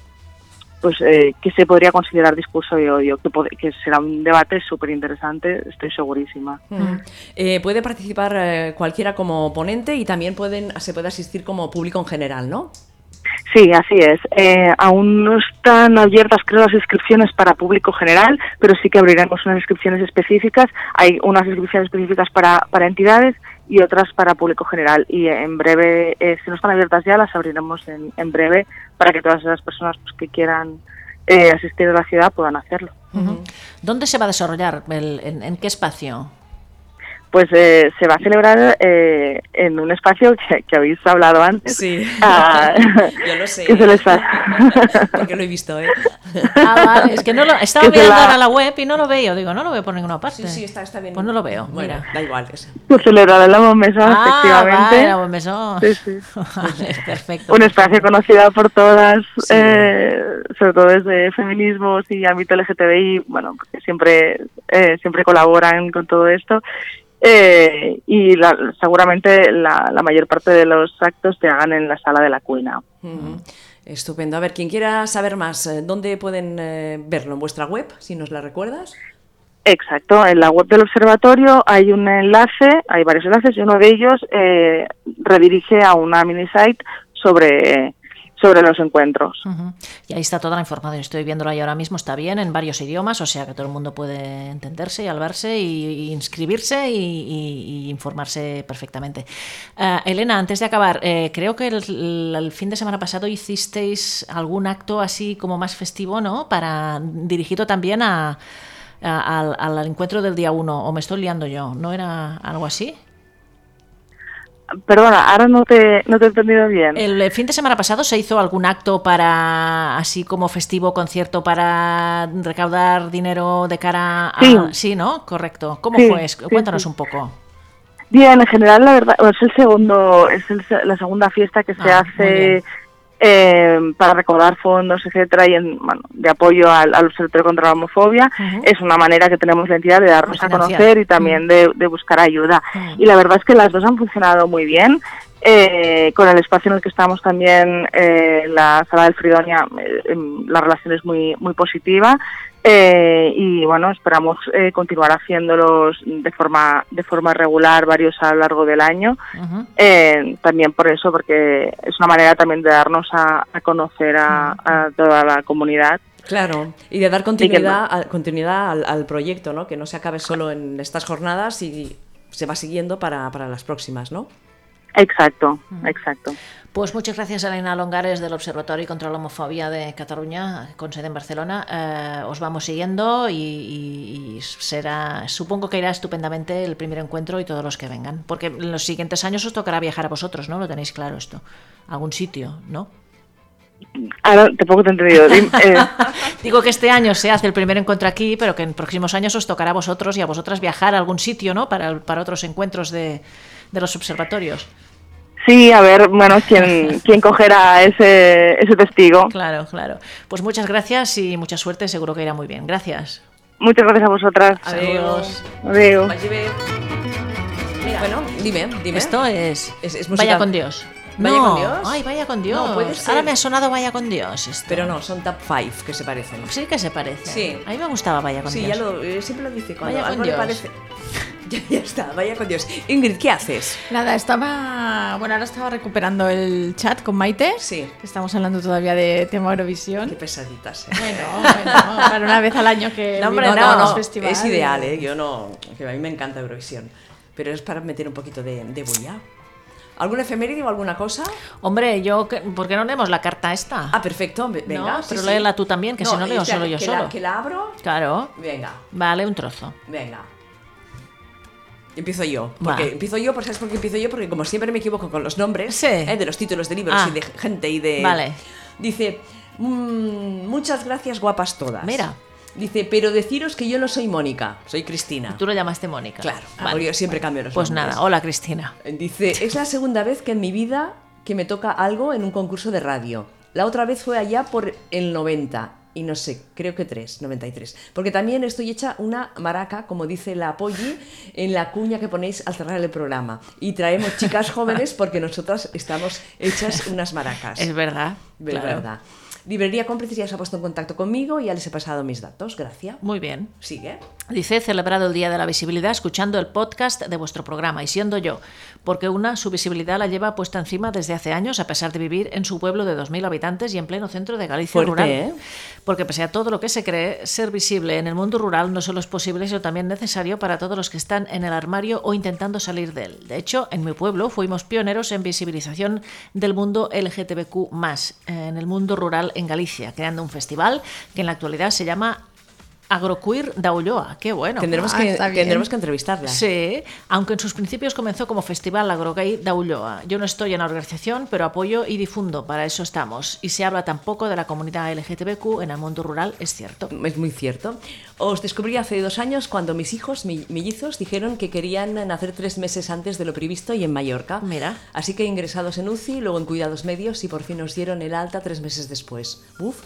pues eh, que se podría considerar discurso de odio que, pod- que será un debate súper interesante estoy segurísima Mm. Eh, puede participar eh, cualquiera como ponente y también pueden, se puede asistir como público en general, ¿no? Sí, así es. Eh, aún no están abiertas, creo, las inscripciones para público general, pero sí que abriremos unas inscripciones específicas. Hay unas inscripciones específicas para, para entidades y otras para público general. Y en breve, eh, si no están abiertas ya, las abriremos en, en breve para que todas las personas pues, que quieran eh, asistir a la ciudad puedan hacerlo. ¿Dónde se va a desarrollar? El- en, en qué espacio? Pues eh, se va a celebrar eh, en un espacio que, que habéis hablado antes. Sí. Ah, Yo lo sé. que se les ha- Porque lo he visto, ¿eh? Ah, vale, es que no lo, estaba Que se mirando la- ahora la web y no lo veo. Digo, no lo veo por ninguna parte. Sí, sí, está, está bien. Pues no lo veo, Bueno, mira. da igual. es- Se celebrará en la mesa, Ah, efectivamente. vale, la web mesón. Sí, sí. Vale, perfecto. un espacio conocido por todas, Sí. eh, sobre todo desde feminismos y ámbito LGTBI, bueno, porque siempre, eh, siempre colaboran con todo esto. Eh, y la- seguramente la, la mayor parte de los actos se hagan en la sala de la cuina. Ujú. Estupendo. A ver, quien quiera saber más, eh, ¿dónde pueden eh, verlo? ¿En vuestra web, si nos la recuerdas? Exacto, en la web del observatorio hay un enlace, hay varios enlaces y uno de ellos eh, redirige a una mini site sobre, sobre los encuentros. Ujú. Y ahí está toda la información. Estoy viéndolo ahí ahora mismo. Está bien en varios idiomas, o sea que todo el mundo puede entenderse y hablarse y, y inscribirse y, y- y informarse perfectamente. Ah, Elena, antes de acabar, eh, creo que el, el fin de semana pasado hicisteis algún acto así como más festivo, ¿no? Para dirigido también a, a- al, al encuentro del día 1. ¿O me estoy liando yo? ¿No era algo así? Perdona, ahora no te, no te he entendido bien. El, el fin de semana pasado se hizo algún acto para, así como festivo, concierto para recaudar dinero de cara a... Sí. ¿no? Correcto. ¿Cómo Sí, fue? Es- sí, Cuéntanos sí. un poco. Bien, en general, la verdad, es el segundo, es el se- la segunda fiesta que se Ah, muy bien. hace eh, para recaudar fondos, etcétera, y en- bueno, de apoyo al, al Observatorio contra la Homofobia. Ujú. Es una manera que tenemos la entidad de darnos De a financiar. conocer y también de, de buscar ayuda. Y la verdad es que las dos han funcionado muy bien. Eh, con el espacio en el que estamos también, eh, la sala del Fridonia, eh, em, la relación es muy, muy positiva. Eh, y bueno, esperamos eh, continuar haciéndolos de forma, de forma regular varios a lo largo del año. Ujú. Eh, también por eso, porque es una manera también de darnos a, a conocer a, a toda la comunidad. Claro, y de dar continuidad, a- continuidad al, al proyecto, ¿no? Que no se acabe solo en estas jornadas y se va siguiendo para, para las próximas, ¿no? Exacto, exacto. Pues muchas gracias, Elena Longares, del Observatorio contra la Homofobia de Cataluña, con sede en Barcelona. Eh, os vamos siguiendo y, y- y será, supongo que irá estupendamente el primer encuentro y todos los que vengan. Porque en los siguientes años os tocará viajar a vosotros, ¿no? Lo tenéis claro esto. A algún sitio, ¿no? Ahora tampoco te he entendido. Dim- eh, Digo que este año se hace el primer encuentro aquí, pero que en próximos años os tocará a vosotros y a vosotras viajar a algún sitio, ¿no? Para, para otros encuentros de, de los observatorios. Sí, a ver, bueno, quién, quién cogerá ese, ese testigo. Claro, claro. Pues muchas gracias y mucha suerte, seguro que irá muy bien. Gracias. Muchas gracias a vosotras. Adiós. Adiós. Vagi bé. bueno, dime, dime. Esto es, Es- es música. ¿Eh? Vaya con Dios. ¿Vaya No. con Dios? Ay, vaya con No, Dios. puede ser. Ahora me ha sonado Vaya con Dios. esto. Pero no, son top 5 que se parecen. Sí que se parece. Sí. A mí me gustaba Vaya con Sí, Dios. ya lo, eh, siempre lo dice cuando Vaya con algo le Dios. parece. Ya, ya está, vaya con Dios. Ingrid, ¿qué haces? Nada, estaba. Bueno, ahora estaba recuperando el chat con Maite. Sí. Estamos hablando todavía de tema Qué Eurovisión. pesaditas. eh. Bueno, bueno, para una vez al año que. No, hombre, vivimos no, los no, festivales. Es ideal, ¿eh? Yo no. que a mí me encanta Eurovisión. Pero es para meter un poquito de, de bulla. ¿Alguna efeméride o alguna cosa? Hombre, yo, que- ¿por qué no leemos la carta esta? Ah, perfecto. ve- Venga. No, sí, pero sí. léela tú también, que si no leo espera, solo yo que solo. La, que la abro. Claro. Venga, Vale, un trozo. venga. Empiezo yo. Porque Va. empiezo yo, pues, ¿sabes por qué empiezo yo? Porque como siempre me equivoco con los nombres Sí. eh, de los títulos de libros Ah. y de gente y de. Vale. Dice. "Mm, muchas gracias, guapas todas. Mira. Dice, pero deciros que yo no soy Mónica, soy Cristina. Tú lo llamaste Mónica. Claro, Vale. porque yo siempre cambio los Pues nombres. nada, hola Cristina. Dice, es la segunda vez que en mi vida que me toca algo en un concurso de radio. La otra vez fue allá por el 90 y no sé, creo que 3, 93. Porque también estoy hecha una maraca, como dice la Polly, en la cuña que ponéis al cerrar el programa. Y traemos chicas jóvenes porque nosotras estamos hechas unas maracas. Es verdad. De claro. verdad. Librería Cómplices ya se ha puesto en contacto conmigo y ya les he pasado mis datos. Gracias. Muy bien. Sigue. Dice, he celebrado el Día de la Visibilidad escuchando el podcast de vuestro programa y siendo yo, porque una su visibilidad la lleva puesta encima desde hace años a pesar de vivir en su pueblo de 2.000 habitantes y en pleno centro de Galicia Fuerte, rural. ¿eh? Porque pese a todo lo que se cree, ser visible en el mundo rural no solo es posible, sino también necesario para todos los que están en el armario o intentando salir de él. De hecho, en mi pueblo fuimos pioneros en visibilización del mundo LGTBQ+, eh, en el mundo rural en Galicia, creando un festival que en la actualidad se llama Agroqueer da Ulloa. Qué bueno. tendremos, ah, que, está bien. tendremos que entrevistarla. Sí, aunque en sus principios comenzó como Festival Agrogay de Ulloa. Yo no estoy en la organización, pero apoyo y difundo, para eso estamos. Y se habla tampoco de la comunidad LGTBQ en el mundo rural, es cierto. Es muy cierto. Os descubrí hace dos años cuando mis hijos, mi- mellizos, dijeron que querían nacer tres meses antes de lo previsto y en Mallorca. Mira. Así que ingresados en UCI, luego en cuidados medios y por fin nos dieron el alta tres meses después. Uf,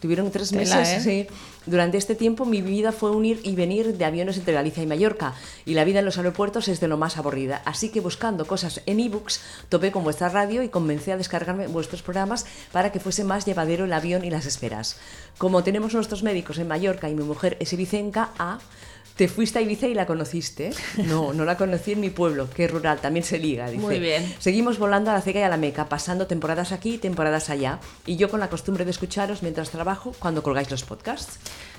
tuvieron tres Tela, meses. sí. Durante este tiempo mi vida fue un ir y venir de aviones entre Galicia y Mallorca y la vida en los aeropuertos es de lo más aburrida. Así que buscando cosas en ebooks, topé con vuestra radio y comencé a descargarme vuestros programas para que fuese más llevadero el avión y las esperas. Como tenemos nuestros médicos en Mallorca y mi mujer es ibicenca, a... Te fuiste a Ibiza y la conociste. No, no la conocí en mi pueblo, que es rural, también se liga, dice. Muy bien. Seguimos volando a la ceca y a la meca, pasando temporadas aquí y temporadas allá, y yo con la costumbre de escucharos mientras trabajo cuando colgáis los podcasts.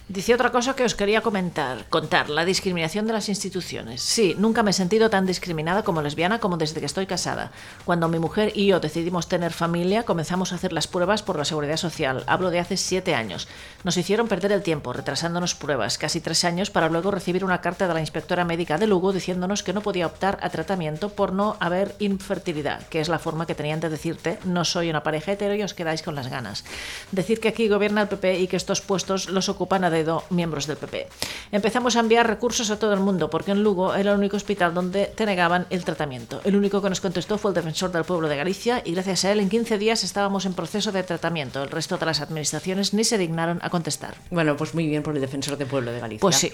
Dice otra cosa que os quería comentar, contar, la discriminación de las instituciones. Sí, nunca me he sentido tan discriminada como lesbiana como desde que estoy casada. Cuando mi mujer y yo decidimos tener familia, comenzamos a hacer las pruebas por la seguridad social. Hablo de hace siete años. Nos hicieron perder el tiempo, retrasándonos pruebas, casi tres años, para luego recibir una carta de la inspectora médica de Lugo diciéndonos que no podía optar a tratamiento por no haber infertilidad, que es la forma que tenían de decirte, no soy una pareja hetero y os quedáis con las ganas. Decir que aquí gobierna el PP y que estos puestos los ocupan a dedo miembros del PP. Empezamos a enviar recursos a todo el mundo, porque en Lugo era el único hospital donde te negaban el tratamiento. El único que nos contestó fue el defensor del pueblo de Galicia y gracias a él en 15 días estábamos en proceso de tratamiento. El resto de las administraciones ni se dignaron a contestar. Bueno, pues muy bien por el defensor del pueblo de Galicia. Pues sí.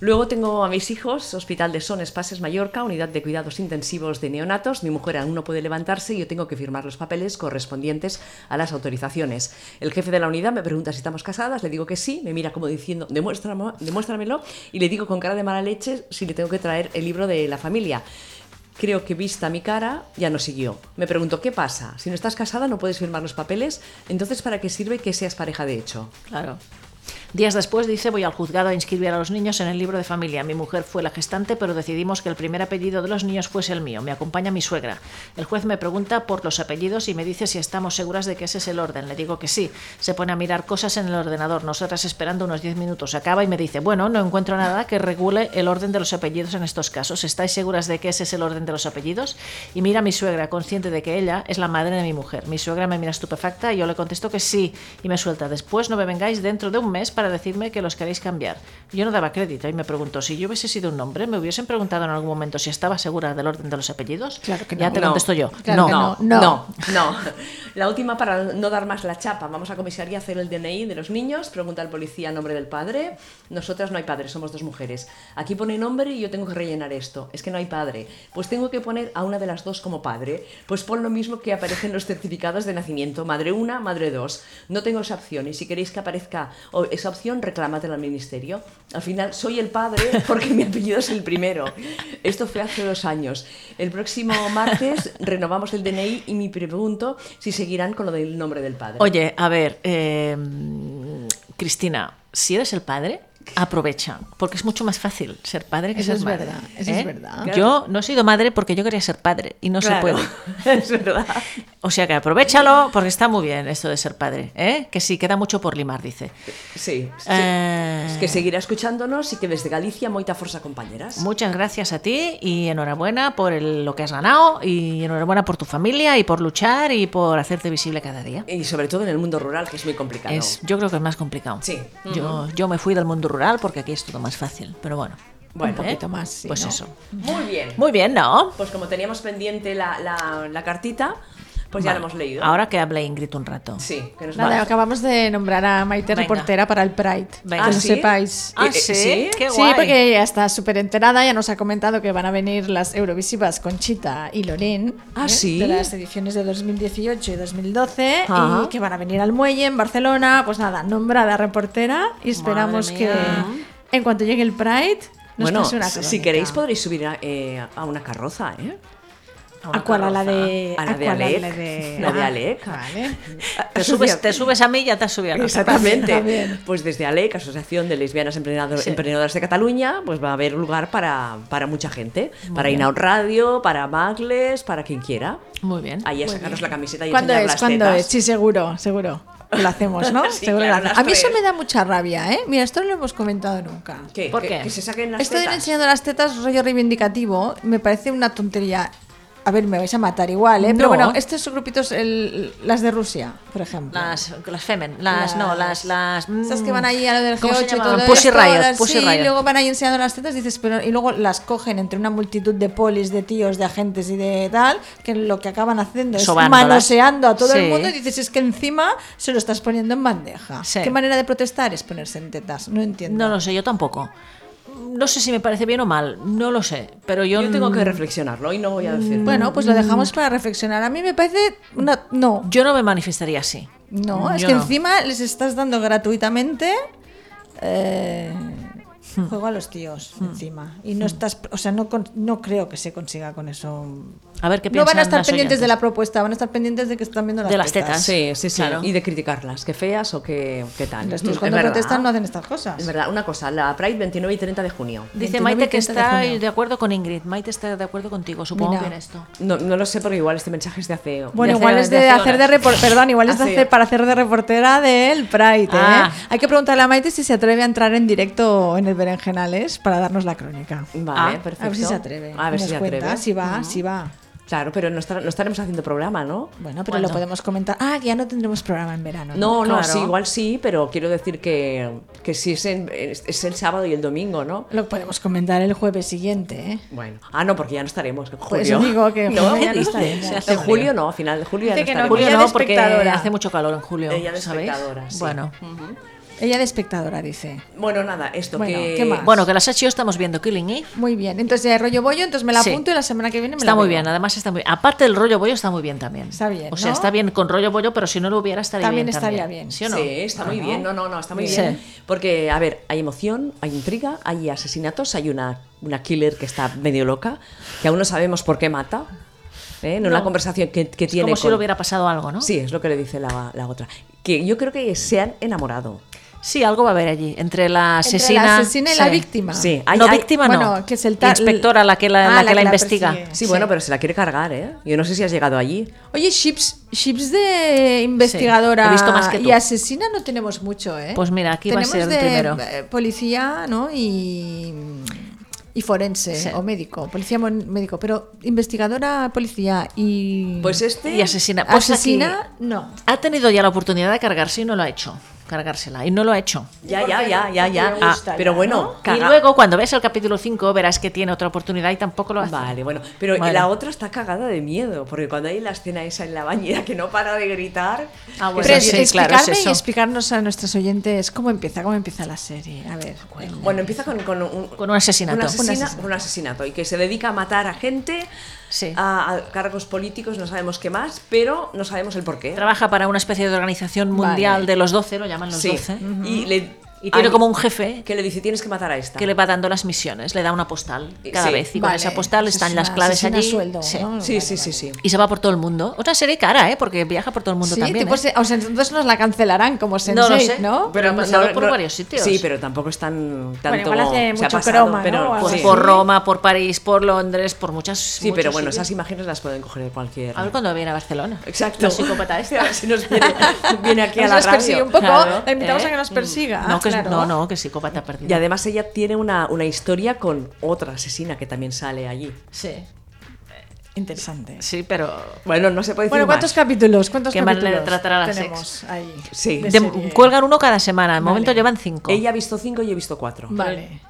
Luego tengo a mis hijos, Hospital de Sones, Pases Mallorca, Unidad de Cuidados Intensivos de Neonatos. Mi mujer aún no puede levantarse y yo tengo que firmar los papeles correspondientes a las autorizaciones. El jefe de la unidad me pregunta si estamos casadas, le digo que sí, me mira como diciendo, "Demuéstramo- demuéstramelo, y le digo con cara de mala leche si le tengo que traer el libro de la familia. Creo que vista mi cara, ya no siguió. Me preguntó, ¿qué pasa? Si no estás casada no puedes firmar los papeles, entonces ¿para qué sirve que seas pareja de hecho? Claro. Días después dice, voy al juzgado a inscribir a los niños en el libro de familia. Mi mujer fue la gestante, pero decidimos que el primer apellido de los niños fuese el mío. Me acompaña mi suegra. El juez me pregunta por los apellidos y me dice si estamos seguras de que ese es el orden. Le digo que sí. Se pone a mirar cosas en el ordenador. Nosotras esperando unos 10 minutos. Acaba y me dice, bueno, no encuentro nada que regule el orden de los apellidos en estos casos. ¿Estáis seguras de que ese es el orden de los apellidos? Y mira a mi suegra, consciente de que ella es la madre de mi mujer. Mi suegra me mira estupefacta y yo le contesto que sí. Y me suelta, después no me vengáis dentro de un mes para decirme que los queréis cambiar. Yo no daba crédito y me pregunto, si yo hubiese sido un hombre, ¿me hubiesen preguntado en algún momento si estaba segura del orden de los apellidos? Claro que Ya no. te contesto yo. Claro no. que no, no. no, no. La última para no dar más la chapa. Vamos a comisaría a hacer el DNI de los niños, pregunta al policía nombre del padre. Nosotras no hay padre, somos dos mujeres. Aquí pone nombre y yo tengo que rellenar esto. Es que no hay padre. Pues tengo que poner a una de las dos como padre. Pues pon lo mismo que aparece en los certificados de nacimiento. Madre una, madre dos. No tengo esa opción y si queréis que aparezca o- esa opción, reclámatela al ministerio. Al final soy el padre porque mi apellido es el primero. Esto fue hace dos años. El próximo martes renovamos el DNI y me pregunto si seguirán con lo del nombre del padre. Oye, a ver, eh, Cristina, si eres el padre, aprovecha, porque es mucho más fácil ser padre que Eso ser es madre. ¿eh? verdad, eso es verdad. Yo no he sido madre porque yo quería ser padre y no se Claro. puede. es verdad. O sea que aprovechalo porque está muy bien esto de ser padre, ¿eh? Que sí, queda mucho por limar, dice. Sí. sí. Eh, Es que seguirá escuchándonos y que desde Galicia moita forza compañeras. Muchas gracias a ti y enhorabuena por el- lo que has ganado y enhorabuena por tu familia y por luchar y por hacerte visible cada día. Y sobre todo en el mundo rural, que es muy complicado. Es, yo creo que es más complicado. Sí. Yo, yo me fui del mundo rural porque aquí es todo más fácil, pero bueno. Bueno, ¿eh? Un poquito más, sí, pues ¿no? eso. Muy bien. Muy bien, ¿no? Pues como teníamos pendiente la, la- la cartita, pues ya la Vale. hemos leído. Ahora que hable Ingrid un rato. Sí, que nos Nada, vale. acabamos de nombrar a Maite Venga. reportera para el Pride. Venga. Que ¿Ah, lo sí? sepáis. Ah, Eh, eh, sí, ¿sí? qué Sí, guay. porque ella está súper enterada, ya nos ha comentado que van a venir las Eurovisivas Conchita y Lorín ¿eh? Ah, sí. de las ediciones de 2018 y 2012 Ajá. y que van a venir al muelle en Barcelona, pues nada, nombrada reportera y esperamos Madre que mía. en cuanto llegue el Pride nos Bueno, pase una si- si crónica. queréis podréis subir a, eh, a una carroza, ¿eh? ¿A cuál? ¿A la de, A la de cuál? Alec. la de, La de ah, Alec. Vale. Te subes, te subes a mí y ya te has subido a la Exactamente. Pues desde ALEC, Asociación de Lesbianas Emprendedor- Sí. Emprendedoras de Cataluña, pues va a haber lugar para, para mucha gente. para Inaud Radio, para Magles, para quien quiera. Muy bien. Ahí a sacaros la camiseta y ¿Cuándo enseñar es? las ¿Cuándo tetas. es? Sí, seguro, seguro. que Lo hacemos, ¿no? Sí, seguro que claro, lo hacemos. las A mí eso tres. me da mucha rabia, ¿eh? Mira, esto no lo hemos comentado nunca. ¿Qué? ¿Por ¿Que- qué? Que se saquen las Esto de ir tetas? enseñando las tetas, rollo reivindicativo, me parece una tontería. A ver, me vais a matar igual, ¿eh? No. Pero bueno, estos son grupitos, el- las de Rusia, por ejemplo. Las, las femen, las, no, las, las. Estas mm, que van ahí a lo del ¿cómo se G8 y todo llamaban? Pussy esto, Riot, las- Pussy sí, Riot. y luego van ahí enseñando las tetas, dices, pero y luego las cogen entre una multitud de polis, de tíos, de agentes y de tal, que lo que acaban haciendo es Sobándolas. manoseando a todo Sí. el mundo y dices, es que encima se lo estás poniendo en bandeja. Sí. ¿Qué manera de protestar es ponerse en tetas? No entiendo. No lo sé, yo tampoco. No sé si me parece bien o mal, no lo sé, pero yo, Yo tengo que mm, reflexionarlo y no voy a decir. Bueno, pues lo dejamos para reflexionar. A mí me parece una- no, yo no me manifestaría así. No, es Yo que no. encima les estás dando gratuitamente eh, juego a los tíos encima. Y no estás, o sea, no, con- no creo que se consiga con eso. A ver qué No piensan van a estar las pendientes de oyentes. la propuesta, van a estar pendientes de que están viendo las De las tetas. Sí, sí, sí. Claro. Y de criticarlas. ¿Qué feas o qué, qué tal? Los Hmm, Es tíos cuando verdad. protestan no hacen estas cosas. Es verdad, una cosa, la Pride 29 y 30 de junio. Dice 29 Maite que y 30 de está junio. de acuerdo con Ingrid. Maite está de acuerdo contigo, supongo Mira. que en esto. No, no lo sé porque igual este mensaje es de hace... Bueno, hacer- igual es de, de hacer hacer de horas. repor- perdón, igual es de Hace- hacer- para hacer de reportera del Pride. ¿eh? Ah. Hay que preguntarle a Maite si se atreve a entrar en directo en el Berenjenales para darnos la crónica. Vale, Ah, perfecto. A ver si se atreve. A ver si Nos se cuenta atreve. Si va, si va. Claro, pero no, estar- no estaremos haciendo programa, ¿no? Bueno, pero ¿Cuándo? lo podemos comentar. Ah, que ya no tendremos programa en verano. No, no, Claro. sí, igual sí, pero quiero decir que, que sí es, en- es es el sábado y el domingo, ¿no? Lo podemos comentar el jueves siguiente, ¿eh? Bueno, ah, no, porque ya no estaremos. en Por julio. eso Pues digo que en no, julio ya no ¿qué estaremos. dices? Se hace En julio no, a final de julio ya no Dice que no, estaremos. que Julio Ella de no, porque espectadora. hace mucho calor en julio, Ella de ¿sabéis? espectadora, sí. Bueno. Ella de espectadora, dice. Bueno, nada, esto Bueno, que... ¿qué más? Bueno, que las ha hecho estamos viendo Killing Eve. Muy bien. Entonces ya hay rollo bollo, entonces me la Sí. apunto y la semana que viene me la Está muy veo. bien, además está muy bien. Aparte del rollo bollo está muy bien también. Está bien, O sea, ¿no? está bien con rollo bollo, pero si no lo hubiera estaría También bien. estaría bien. ¿Sí o no? Sí, está muy bien. No, no, no, está muy Sí. bien. Porque, a ver, hay emoción, hay intriga, hay asesinatos, hay una, una killer que está medio loca, que aún no sabemos por qué mata. ¿eh? No, es la conversación que, que Como tiene. si con- le hubiera pasado algo, ¿no? Sí, es lo que le dice la, la otra. Que yo creo que se han enamorado. Sí, algo va a haber allí. Entre la Entre asesina, la asesina y la sí. víctima. Sí, hay- no, hay- víctima no. bueno, que es el tal- Inspectora, la que la, Ah, la la que la que la investiga. persigue. Sí, Sí. bueno, pero se la quiere cargar, ¿eh? Yo no sé si has llegado allí. Oye, chips, chips de investigadora he visto más que tú. y asesina no tenemos mucho, ¿eh? Pues mira, aquí va a Tenemos ser el de, primero. eh, policía, ¿no? Y, y forense Sí. o médico, policía mon- médico, pero investigadora, policía y Pues este. Y asesina. Pues asesina, aquí no. ha tenido ya la oportunidad de cargarse y no lo ha hecho. Cargársela. Y no lo ha hecho. Ya, ya, ya, ya, ya. Porque le gusta Ah, pero ya, bueno, Y caga- luego, cuando ves el capítulo 5, verás que tiene otra oportunidad y tampoco lo hace. Vale, bueno, pero Vale. la otra está cagada de miedo, porque cuando hay la escena esa en la bañera que no para de gritar, Ah, Pues bueno, Pero sí, es- claro, es explicarme eso. y explicarnos a nuestros oyentes cómo empieza, cómo empieza la serie. A ver, Bueno, empieza con, con un, Con un asesinato. una asesina- Un Un asesinato. Y que se dedica a matar a gente, Sí. a, a cargos políticos, no sabemos qué más, pero no sabemos el por qué. Trabaja para una especie de organización mundial de los 12, lo llaman los Sí. 12. Y, le- Y tiene hay- como un jefe que le dice, tienes que matar a esta. que le va dando las misiones, le da una postal Eh, cada sí. vez. Y con Vale. esa postal están Asesina- las claves asesina allí. a sueldo, Sí. ¿no? Sí, Vale, sí, sí, vale. sí. Y se va por todo el mundo. Otra serie cara, ¿eh? Porque viaja por todo el mundo Sí, también. tipo ¿eh? se- o sea, entonces nos la cancelarán como Sensei, lo sé. ¿no? Pero ha no- pasado no- por no- varios sitios. Sí, pero tampoco es tan tanto. igual hace se ha mucho pasado, croma, ¿no? pero, O algo Pues así. por Roma, por París, por Londres, por muchas. Sí, pero muchos bueno, sitios. esas imágenes las pueden coger de cualquier. A ver cuando viene a Barcelona. Exacto. La psicópata esta. A ver si nos viene, viene aquí a Nos la las persigue radio. un poco, Claro, la invitamos ¿eh? a que nos persiga. no, que es- claro. no, no, que psicópata perdida. Y además ella tiene una, una historia con otra asesina que también sale allí. Sí, Interesante. sí, pero. Bueno, no se puede decir Bueno, ¿cuántos más. capítulos? ¿Cuántos Qué manera capítulos de tratar a las tenemos ahí? Sí. de- de serie? cuelgan uno cada semana. Al momento llevan cinco. Ella ha visto cinco y yo he visto cuatro. Vale,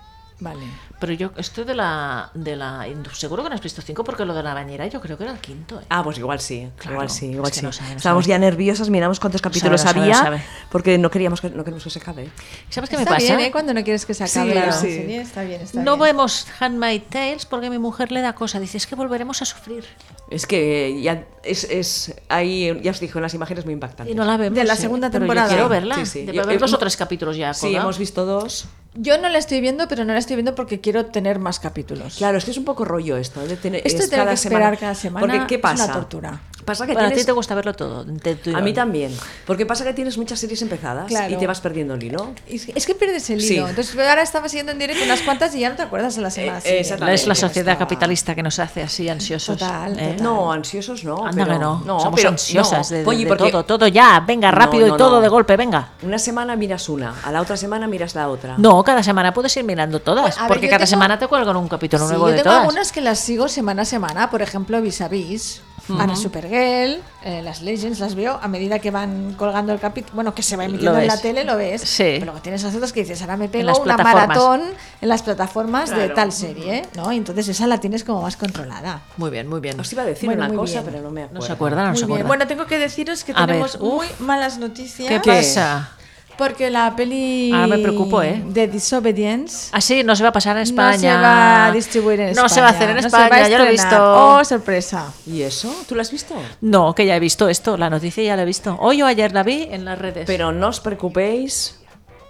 vale. Pero yo, esto de la, de la. Seguro que no has visto cinco porque lo de la bañera yo creo que era el quinto. ¿eh? Ah, pues igual sí, igual sí, igual es que sí. no sabe, no Estábamos sabe. ya nerviosas, miramos cuántos capítulos sabe, no había, sabe, no sabe. porque no queríamos que, no queremos que se acabe. ¿Sabes qué me Está pasa? bien, ¿eh? Cuando no quieres que se acabe Sí, la sí. serie, está bien, está no bien. vemos Handmaid Tales porque mi mujer le da cosa. Dice, es que volveremos a sufrir. Es que ya es, es ahí ya os digo, en las imágenes muy impactantes. Y no la vemos. De la ¿eh? segunda Pero yo temporada. quiero Sí, verla. sí, sí. De Yo- ver yo- los otros capítulos ya. Sí, colgados. hemos visto dos. Yo no la estoy viendo, pero no la estoy viendo porque quiero tener más capítulos. Claro, es que es un poco rollo esto. De tener, Esto es de tener cada que esperar cada semana Porque, ¿qué es pasa? una tortura. Pasa que Bueno, a ti tienes- te gusta verlo todo. de tirón. a mí también. Porque pasa que tienes muchas series empezadas Claro. y te vas perdiendo el hilo. Es es que pierdes el Sí. hilo. Entonces, ahora estaba siguiendo en directo unas cuantas y ya no te acuerdas de la semana. Eh, siguiente. exactamente. Es la También sociedad estaba- capitalista que nos hace así ansiosos. Total, ¿eh? total. No, ansiosos no. Anda pero- que no. Somos pero- ansiosas no. de, de- Oye, de porque todo, todo ya. Venga, No, rápido no, y todo no. de golpe, venga. Una semana miras una, a la otra semana miras la otra. No, cada semana puedes ir mirando todas, A ver, porque yo cada tengo- semana te cuelgan un capítulo Sí, nuevo yo de tengo todas. algunas que las sigo semana a semana, por ejemplo, Vis a Vis, Ana Supergirl, eh, las Legends las veo a medida que van colgando el capítulo, bueno, que se va emitiendo Lo en la ves. tele, lo ves, Sí. pero luego tienes las otras que dices, ahora me pego las una plataformas. maratón en las plataformas de tal serie, ¿no? Y entonces esa la tienes como más controlada. Muy bien, muy bien. Os iba a decir Bueno, una muy cosa, bien. pero no me acuerdo. ¿No se acuerdan? ¿No se acuerdan? Bueno, tengo que deciros que A ver, tenemos muy malas noticias. ¿Qué pasa? Porque la peli Ahora me preocupo, ¿eh? de Disobedience Así Ah, no se va a pasar en España. no se va a distribuir en España. No se va a hacer en no se España, va a ya lo he estrenar. visto. Oh, sorpresa. ¿Y eso? ¿Tú lo has visto? No, que ya he visto esto, la noticia ya la he visto. Hoy o ayer la vi en las redes. Pero no os preocupéis,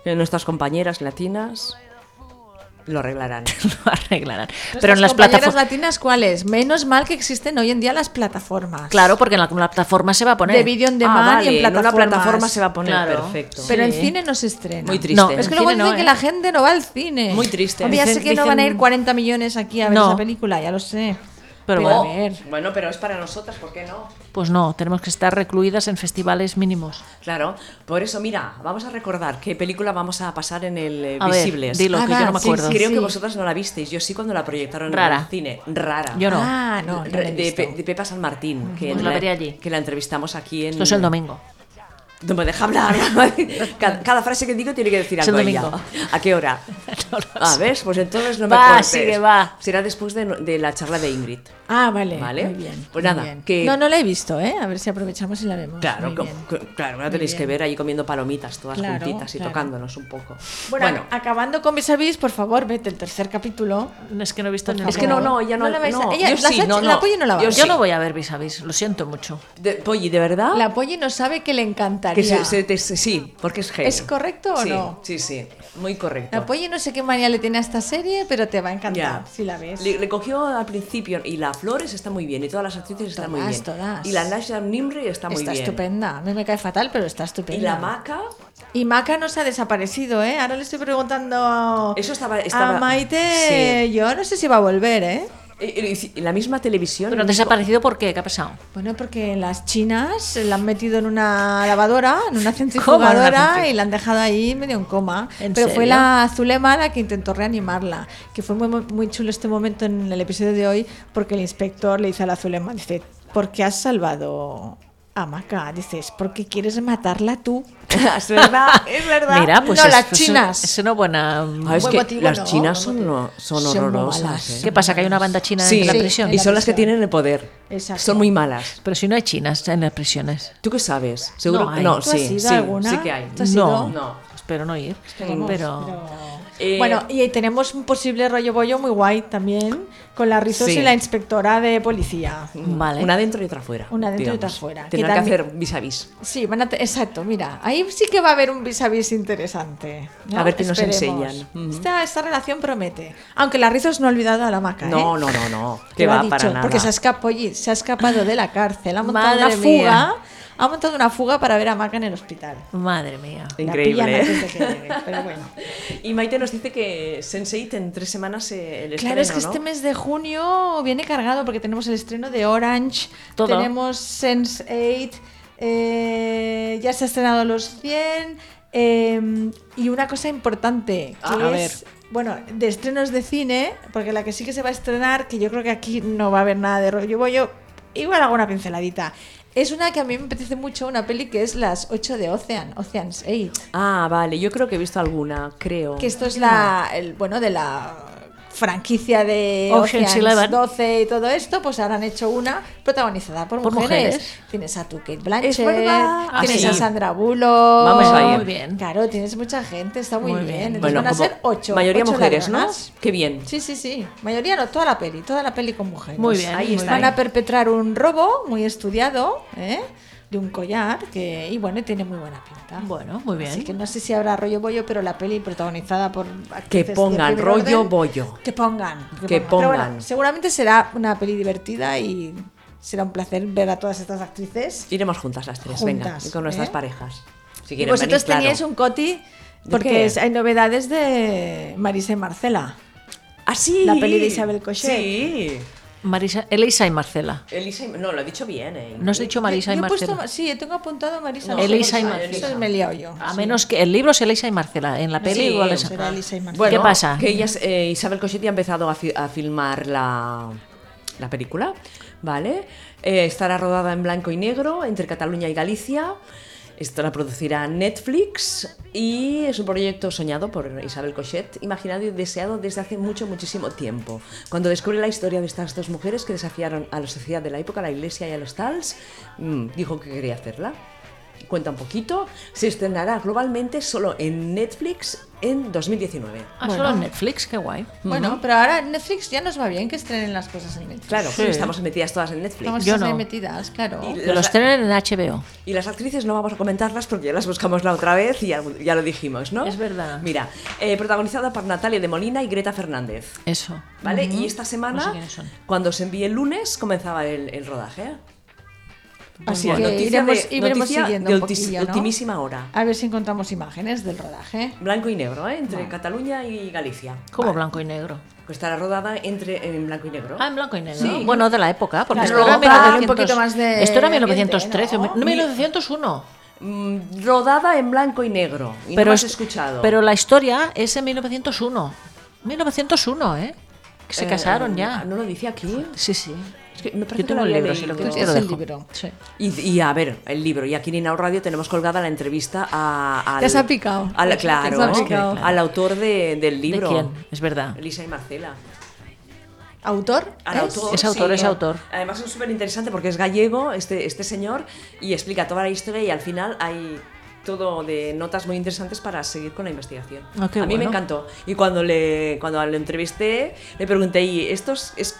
que nuestras compañeras latinas Lo arreglarán. lo arreglarán. Pero Nuestras en las compañeras plataformas. latinas cuáles? Menos mal que existen hoy en día las plataformas. Claro, porque en la plataforma se va a poner. De vídeo en demand Ah, vale, y en en una plataformas. plataforma se va a poner. Claro. Perfecto. Pero Sí. en cine no se estrena. Muy triste. No, Es que En luego cine dicen no, que ¿eh? la gente no va al cine. Muy triste. Hombre, ya sé Dicen- que no van a ir dicen- 40 millones aquí a ver No. esa película, ya lo sé. Pero Oh, a ver. bueno, pero es para nosotras, ¿por qué no? Pues no, tenemos que estar recluidas en festivales mínimos. Claro, por eso, mira, vamos a recordar qué película vamos a pasar en el eh, A ver, Visibles. dilo, Ah, que yo no me sí, acuerdo. sí, Creo sí. que vosotras no la visteis, yo sí cuando la proyectaron en Rara. el cine. Rara. Yo no. Ah, no, no la he Re- de, visto. Pe- de Pepa San Martín, que, Pues la veré allí. que la entrevistamos aquí en... Esto es el domingo. No me deja hablar. cada, cada frase que digo tiene que decir Es algo el ella. domingo. ¿A qué hora? No lo ah, sé. ¿ves? Pues entonces no me Va, cortes. sigue, va. Será después de, de la charla de Ingrid. Ah, vale. Vale. Muy bien. Pues muy nada, bien. que- No, no la he visto, ¿eh? A ver si aprovechamos y la vemos. Claro, Muy co- bien. co- claro, la tenéis que ver ahí comiendo palomitas todas Claro, juntitas y claro. tocándonos un poco. Bueno, ac- acabando con Vis a Vis, por favor, vete el tercer capítulo. Es que no he visto Por ni Es que no, no, ella no, No la vais a- no, ella- yo las sí, ha- no, la Polly no la va a yo ver. Yo sí. no voy a ver vis a vis, lo siento mucho. De, Polly, ¿de verdad? La Polly no sabe que le encantaría. que se- se te- se- sí, porque es genio. ¿Es correcto o Sí, no? Sí, sí, muy correcto. La Polly no sé qué manía le tiene a esta serie, pero te va a Ya. encantar si la ves. Le, le cogió al principio y la Flores está muy bien y todas las actrices están muy Todas, bien. todas. Y la Nasha Nimri está muy está bien. estupenda. A mí me cae fatal, pero está Y estupenda. la Maca, Y Maca no se ha desaparecido, ¿eh? Ahora le estoy preguntando a, Eso estaba- estaba- a Ah, Maite. Yo no sé si va a volver, ¿eh? eh, eh, en la misma televisión. Pero ha el mismo- desaparecido, ¿por qué? ¿Qué ha pasado? Bueno, porque las chinas la han metido en una lavadora, ¿Cómo en una en una centrifugadora centri- y la han dejado ahí medio en coma. ¿En Pero fue serio? la Zulema la que intentó reanimarla, que fue muy, muy- muy chulo este momento en el episodio de hoy, porque el inspector le dice a la Zulema, dice, ¿por qué has salvado a Maca? Dices, ¿por qué quieres matarla tú? es verdad, es verdad. Mira, pues No, es, las es- chinas. Es, una buena. Ah, es Buen que motivo, las ¿no? chinas Buen son, no- son Son muy horrorosas. malas. ¿eh? ¿Qué pasa? ¿Que hay una banda china en la Sí. prisión? y en la son las que prisión. tienen el poder. Exacto. Son muy malas. Pero si no hay chinas en las prisiones. ¿Tú qué sabes? Seguro No hay. no, ¿Tú has sí, ido sí, a alguna? sí que hay. ¿Tú has no, ido? No. Espero no ir. Vamos, Pero. Eh, bueno, y ahí tenemos un posible rollo bollo muy guay también, con la Rizos Sí. y la inspectora de policía. Vale. Una dentro y otra fuera. Una dentro y otra digamos. fuera. Tendrán Que que, también- hacer vis a vis. Sí, van a te- exacto, mira, ahí sí que va a haber un vis a vis interesante. ¿no? A ver qué nos Esperemos. enseñan. Ujú. Esta, esta relación promete. Aunque la Rizos no ha olvidado a la maca. No, ¿eh? no, no, no. Te Que lo ha va dicho, para nada. Porque se ha, escapado, oye, se ha escapado de la cárcel, ha montado Madre una mía. fuga. Ha montado una fuga para ver a Maca en el hospital. Madre mía. La Increíble. ¿eh? pillan antes de que llegue, pero bueno. Y Maite nos dice que Sense8 en tres semanas eh, el Claro, es que estreno, este ¿no? mes de junio viene cargado porque tenemos el estreno de Orange, Todo. tenemos Sense8, eh, ya se ha estrenado Los 100 eh, y una cosa importante que Ah, a es, bueno, de estrenos de cine, porque la que sí que se va a estrenar, que yo creo que aquí no va a haber nada de rollo bollo, igual hago una pinceladita. Es una que a mí me apetece mucho, una peli que es Las 8 de Ocean, Ocean's 8. Ah, vale. Yo creo que he visto alguna, creo. Que esto es la, el, bueno, de la franquicia de Ocean's Ocean's Eleven. 12 y todo esto, pues ahora han hecho una protagonizada por, Por mujeres. mujeres. Tienes a tu Kate Blanchett, Es verdad. Ah, tienes sí. a Sandra Bullock. Vamos a ir. Muy bien. Claro, tienes mucha gente, está muy, Muy bien. bien. Entonces Bueno, van a como ser ocho. Mayoría ocho mujeres, ¿no? ladronas. Qué bien. Sí, sí, sí. Mayoría no, toda la peli, toda la peli con mujeres. Muy bien, Pues Ahí muy está. bien. Van a perpetrar un robo muy estudiado, ¿eh? De un collar que, y bueno, tiene muy buena pinta. Bueno, muy bien. Así que no sé si habrá rollo bollo, pero la peli protagonizada por. actrices Que de pongan primer rollo orden, bollo. Que pongan. Que Pero bueno, pongan. seguramente será una peli divertida y será un placer ver a todas estas actrices. Iremos juntas las tres, Juntas, venga. Con nuestras ¿eh? parejas. Si Y quieren vosotros venir, claro. teníais un coti ¿De porque qué? hay novedades de Marisa y Marcela. Ah, sí. la peli de Isabel Cochet. Sí. Marisa, Elisa y Marcela. Elisa y- No, lo he dicho bien, ¿eh? ¿No has dicho Marisa Yo- y yo he puesto Marcela? ma- sí, yo tengo apuntado Marisa. No, Elisa y Marcela. Marcela. Eso me he liado yo. A menos que el libro sea Elisa y Marcela. En la peli Sí, igual es. Será Elisa y Marcela. Bueno, ¿Qué pasa? Que ellas, eh, Isabel Cochet ya ha empezado a, fi- a filmar la, la película, ¿vale? Eh, estará rodada en blanco y negro entre Cataluña y Galicia. Esto la producirá Netflix y es un proyecto soñado por Isabel Cochet, imaginado y deseado desde hace mucho, muchísimo tiempo. Cuando descubre la historia de estas dos mujeres que desafiaron a la sociedad de la época, a la iglesia y a los tals, mm, dijo que quería hacerla. cuenta un poquito, se estrenará globalmente solo en Netflix en 2019. Ah, solo en Netflix, qué guay. Bueno, pero ahora Netflix ya nos va bien que estrenen las cosas en Netflix. Claro, Sí. estamos metidas todas en Netflix. Estamos Yo todas ahí no. metidas, claro. Pues Y Que lo las- estrenen en HBO. Y las actrices no vamos a comentarlas porque ya las buscamos la otra vez y ya, ya lo dijimos, ¿no? Es verdad. Mira, eh, protagonizada por Natalia de Molina y Greta Fernández. Eso. ¿Vale? Y esta No sé semana, quiénes son. cuando se envíe el lunes, comenzaba el, el rodaje. Así Bueno, que noticia iremos, de- iremos noticia siguiendo de un ultis- poquillo, ¿no? ultimísima hora. A ver si encontramos imágenes del rodaje. Blanco y negro, ¿eh? Entre Cataluña y Galicia. Como blanco y negro. Pues estará rodada entre, en blanco y negro. Ah, en blanco y negro. Bueno, de la época, porque Claro, esto era para darle 1900, un poquito más de Esto era ambiente, 1913, ¿no? no, 1901. Mm, rodada en blanco y negro. Y no Pero lo has es- escuchado. Pero la historia es en 1901. 1901, ¿eh? Que se Eh, casaron ya. ¿No lo dice aquí? Sí, sí. Es que me parece Yo que lo tengo el había libro, si lo leído. quieres te Es lo el dejo. libro. Sí. Y, y, a ver, el libro. Y aquí en Inau Radio tenemos colgada la entrevista a. Al, Te has apicado. al- Te has claro, apicado. al autor de- del ¿De libro. quién? Es verdad. Elisa y Marcela. ¿Autor? Al ¿Es? autor, Es autor, sí. es autor. Además es súper interesante porque es gallego este, este señor y explica toda la historia y al final hay todo de notas muy interesantes para seguir con la investigación. Ah, qué a mí me bueno. encantó. Y cuando le cuando le entrevisté le pregunté, ¿y esto es, es-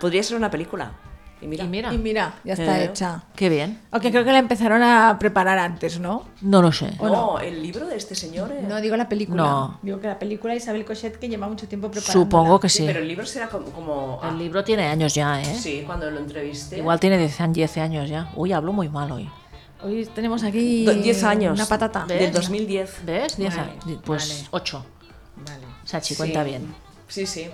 podría ser una película? Y mira, Y mira, Y mira, ya está Eh. hecha. qué bien. Aunque creo que la empezaron a preparar antes, ¿no? No lo sé. no, el libro de este señor. eh, No digo la película. No. Digo que la película de Isabel Cochet que lleva mucho tiempo preparando. Supongo que sí, sí. Pero el libro ah. será como, como- El libro tiene años ya, ¿eh? Sí, cuando lo entrevisté. Igual tiene 10, an- 10 años ya. Uy, hablo muy mal hoy. Hoy tenemos aquí Do- 10 años. una patata. ¿Ves? Del 2010. ¿Ves? 10 años. Pues 8. Sachi, cuenta bien. Sí, sí.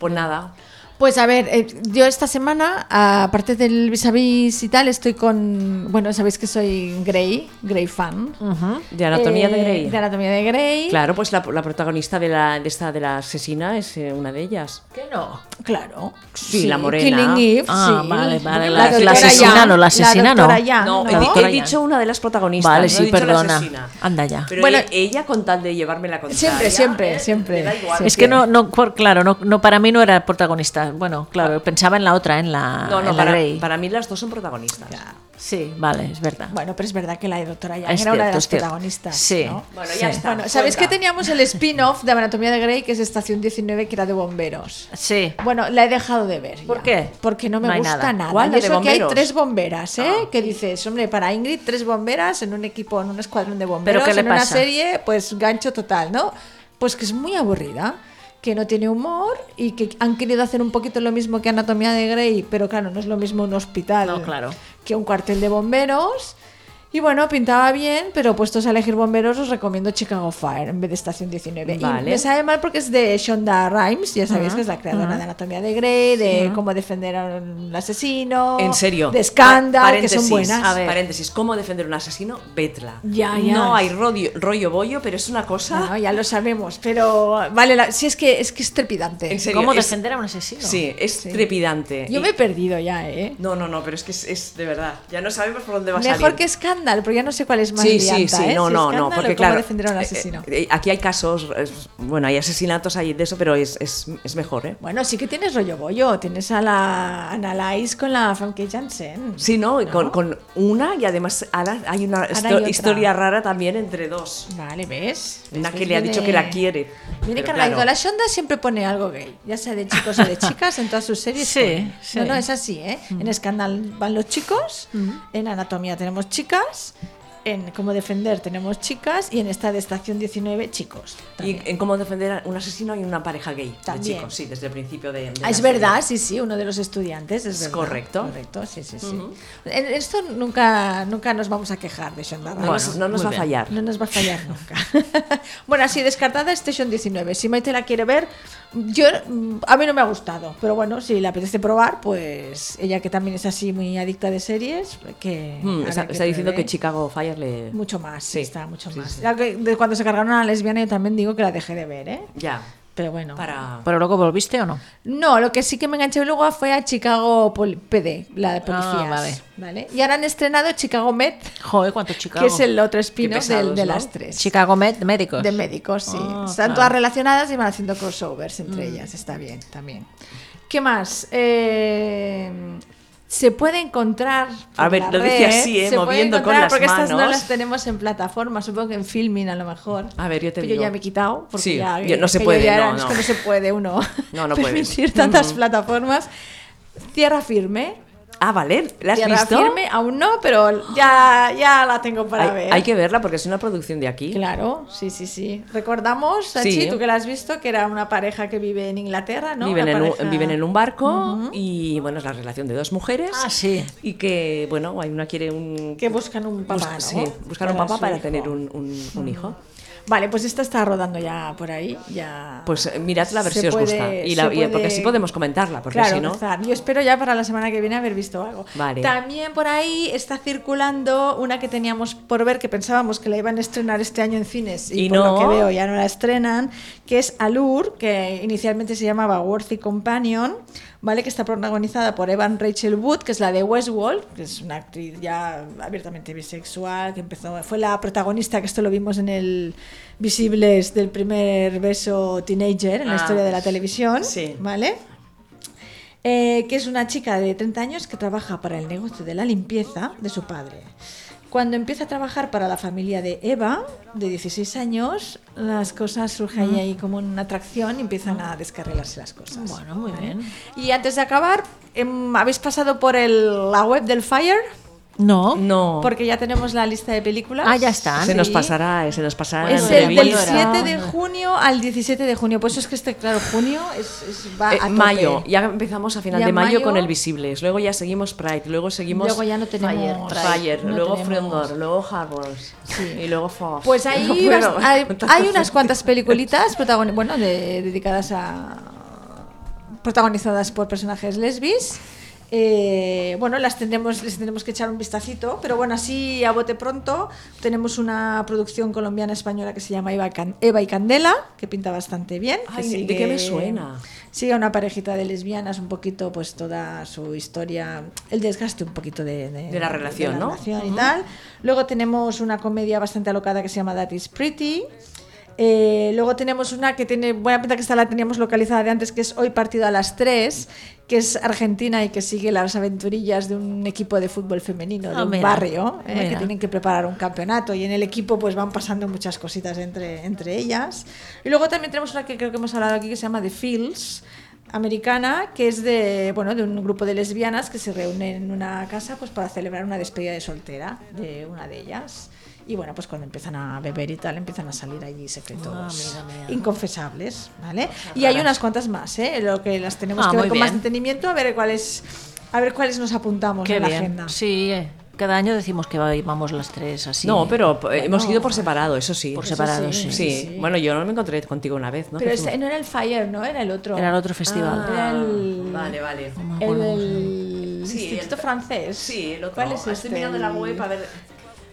Pues nada. Pues a ver, eh, yo esta semana, aparte del vis a vis y tal, estoy con. Bueno, sabéis que soy Grey, Grey fan. De Anatomía de Eh, Grey. De Anatomía de Grey. Claro, pues la, la protagonista de la, de esta, de la asesina es eh, una de ellas. ¿Qué no? Claro. Sí, la morena. Killing Eve, Ah, sí. vale, vale, la- la doctora asesina Young, no, la asesina no. doctora Young, no, he ¿no? di- doctora he, Yang. dicho una de las protagonistas. Vale, no sí, he dicho la perdona. asesina. Anda ya. Pero Bueno, e- ella con tal de llevarme la contraria. Siempre, siempre, eh, siempre, me da igual. siempre. Es que no, no, por- claro, no, no, para mí no era protagonista. Bueno, claro, pensaba en la otra, en la, No, no, Ah, en la para, Grey. para mí las dos son protagonistas. Sí, vale, es verdad. Bueno, pero es verdad que la de doctora Ah, Young Es era una de cierto, las es cierto. protagonistas. Sí. ¿no? Bueno, ya está. Bueno, ¿sabéis que fuera. teníamos el spin-off de Anatomía de Grey, que es Estación 19, que era de bomberos? Sí. Bueno, la he dejado de ver. ¿Por ya. qué? Porque no me No hay gusta nada. nada. ¿Cuál, Y la de eso que hay bomberos? tres bomberas, ¿eh? Ah. Que dices, hombre, para Ingrid, tres bomberas en un equipo, en un escuadrón de bomberos, qué le en una pasa? serie, pues gancho total, ¿no? Pues que es muy aburrida, que no tiene humor y que han querido hacer un poquito lo mismo que Anatomía de Grey, pero claro, no es lo mismo un hospital No, claro. que un cuartel de bomberos. Y bueno, pintaba bien, pero puestos a elegir bomberos os recomiendo Chicago Fire en vez de Estación 19. Vale. Y me sabe mal porque es de Shonda Rhimes, ya sabéis que es la creadora de Anatomía de Grey, de cómo defender a un asesino. En serio. Oh, De Scandal, que son Paréntesis, buenas. A ver. Paréntesis. ¿Cómo defender un asesino? Vetla. Ya, ya. No hay rodio- rollo bollo, pero es una cosa. Bueno, ya lo sabemos, pero vale, la- sí es que es que es trepidante. En serio. ¿Cómo es- defender a un asesino? Sí, es trepidante. Yo Y- me he perdido ya, ¿eh? No, no, no, pero es que es, es de verdad. Ya no sabemos por dónde va a Mejor salir. que Scandal, pero ya no sé cuál es más Sí, sí, lianta, sí, ¿eh? no, Si no, Scandal no, o porque cómo claro. defender a un eh, asesino. eh, aquí hay casos, es- bueno, hay asesinatos, hay de eso, pero es, es, es mejor, ¿eh? Bueno, sí que tienes rollo bollo. Tienes a la Analyze con la Famke Janssen. Sí, ¿no? Y Con, con una y además ahora hay una histo- hay otra. historia rara también entre dos. Vale, ¿ves? Una que ¿Ves? le ha dicho Viene- que la quiere. Viene Pero cargadito. claro. La Shonda siempre pone algo gay, ya sea de chicos o de chicas, en todas sus series. Sí, pone. sí. No, no, es así, ¿eh? Mm. En Scandal van los chicos, en Anatomía tenemos chicas, en Cómo Defender tenemos chicas y en esta de Estación 19 chicos. Y en cómo defender a un asesino y una pareja gay. De También. chicos, sí, desde el principio de. de Ah, la es serie. verdad, sí, sí, uno de los estudiantes, es, Es verdad. correcto. Correcto, sí, sí, sí. En Esto nunca, nunca nos vamos a quejar de Shonda No, nos- no nos va a fallar. No nos va a fallar nunca. bueno, así descartada Station 19. Si Maite la quiere ver, yo mm, a mí no me ha gustado, pero bueno, si le apetece probar, pues ella que también es así muy adicta de series, que Mm, habrá está que está diciendo pruebe. que Chicago Fire le. mucho más, sí, Sí, está mucho sí, más. sí. La que- de cuando se cargaron a la lesbiana yo también digo que la dejé de ver, ¿eh? Ya. Pero bueno. Para. ¿Pero luego volviste o no? No, lo que sí que me enganché luego fue a Chicago Pol- PD, la de policías. Ah, vale. ¿vale? Y ahora han estrenado Chicago Med, Joder, cuánto Chicago. que es el otro spin-off Qué del- pesados, de ¿no? las tres. Chicago Med Médicos. De médicos, sí. Ah, Están claro. todas relacionadas y van haciendo Mm. crossovers entre ellas. Está bien, también. ¿Qué más? Eh, se puede encontrar. por A ver, la lo dice red, así, ¿eh? se puede Moviendo con encontrar, las porque estas no manos. las tenemos en plataforma, supongo que en filming a lo mejor. A ver, yo te Pero digo. ya me he quitado porque Sí, ya, yo- no se que puede, ya no, es no. que no se puede uno No, Mm. no puedes. permitir tantas plataformas. Tierra firme. Ah, vale, ¿la has Tierra visto? firme, aún no, pero ya, ya la tengo para Hay, ver. hay que verla porque es una producción de aquí. Claro, sí, sí, sí. Recordamos, Sachi, Sí. tú que la has visto, que era una pareja que vive en Inglaterra, ¿no? viven, Una en un, pareja- viven en un barco y bueno, es la relación de dos mujeres. Ah, sí. Y que, bueno, hay una quiere un... Que buscan un papá, busca- ¿no? sí, buscar un Para papá su para hijo. tener un, un- un hijo. Vale, pues esta está rodando ya por ahí, ya... Pues eh, miradla a ver Se si os puede- gusta. Y, se la- y- porque puede- así podemos comentarla, porque claro, si no... empezar. Yo espero ya para la semana que viene haber visto algo. Vale. También por ahí está circulando una que teníamos por ver, que pensábamos que la iban a estrenar este año en cines y, Y por lo no. que veo ya no la estrenan, que es Alur, que inicialmente se llamaba Worthy Companion, ¿vale? que está protagonizada por Evan Rachel Wood, que es la de Westworld, que es una actriz ya abiertamente bisexual, que empezó, fue la protagonista, que esto lo vimos en el Visibles del primer beso teenager en la Ah, historia de la televisión, sí. ¿vale? eh, que es una chica de 30 años que trabaja para el negocio de la limpieza de su padre. Cuando empieza a trabajar para la familia de Eva, de 16 años, las cosas surgen ahí como una atracción y empiezan a descarrilarse las cosas. Bueno, muy bien. Y antes de acabar, em, ¿habéis pasado por el- la web del Fire? No. No, Porque ya tenemos la lista de películas. Ah, ya está. se nos Sí. pasará, eh, se nos pasará Es Bueno, el del entrevistas. 7 de junio al 17 de junio. Pues es que este, claro, junio es, es- va a tope. Eh, mayo, ya empezamos a final Ya de mayo, mayo- con el Visibles, luego ya seguimos Pride, luego seguimos Luego ya no tenemos Fire, no luego tenemos. Frondor, luego Harbors y luego Fox. Pues ahí Bueno, bas- hay, tantas hay unas cosas. cuantas peliculitas protagoni- bueno, de- dedicadas a protagonizadas por personajes lesbis. Eh, bueno, las tendremos, les tendremos que echar un vistacito, pero bueno, así a bote pronto tenemos una producción colombiana española que se llama Eva, Can- Eva y Candela, que pinta bastante bien. que Ay, ¿de qué me suena? Sigue a una parejita de lesbianas un poquito, pues toda su historia, el desgaste un poquito de, De la relación, ¿no? relación y tal. Luego tenemos una comedia bastante alocada que se llama That is Pretty. Eh, luego tenemos una que tiene buena pinta que esta la teníamos localizada de antes, que es Hoy Partido a las 3, que es argentina y que sigue las aventurillas de un equipo de fútbol femenino de Ah, un mira, barrio, eh, que mira. tienen que preparar un campeonato y en el equipo pues van pasando muchas cositas entre, entre ellas. Y luego también tenemos una que creo que hemos hablado aquí que se llama The Fields americana que es de bueno de un grupo de lesbianas que se reúnen en una casa pues para celebrar una despedida de soltera de una de ellas y bueno pues cuando empiezan a beber y tal empiezan a salir allí Ah, secretos inconfesables vale y hay unas cuantas más ¿eh? lo que las tenemos Ah, que ver muy con más bien. detenimiento a ver cuáles a ver cuáles nos apuntamos Qué en la bien. agenda Sí, eh, cada año decimos que va- vamos las tres así. No, pero eh, hemos ido por separado, eso sí. Por separado, sí. Sí. bueno, yo no me encontré contigo una vez, ¿no? pero Que este fuimos- no era el fire no era el otro Ah, Era el otro festival. era el- Ah, Vale, vale. el, el Sí, instituto el- francés Sí, el otro. cuál es Estoy este? mirando la web a ver.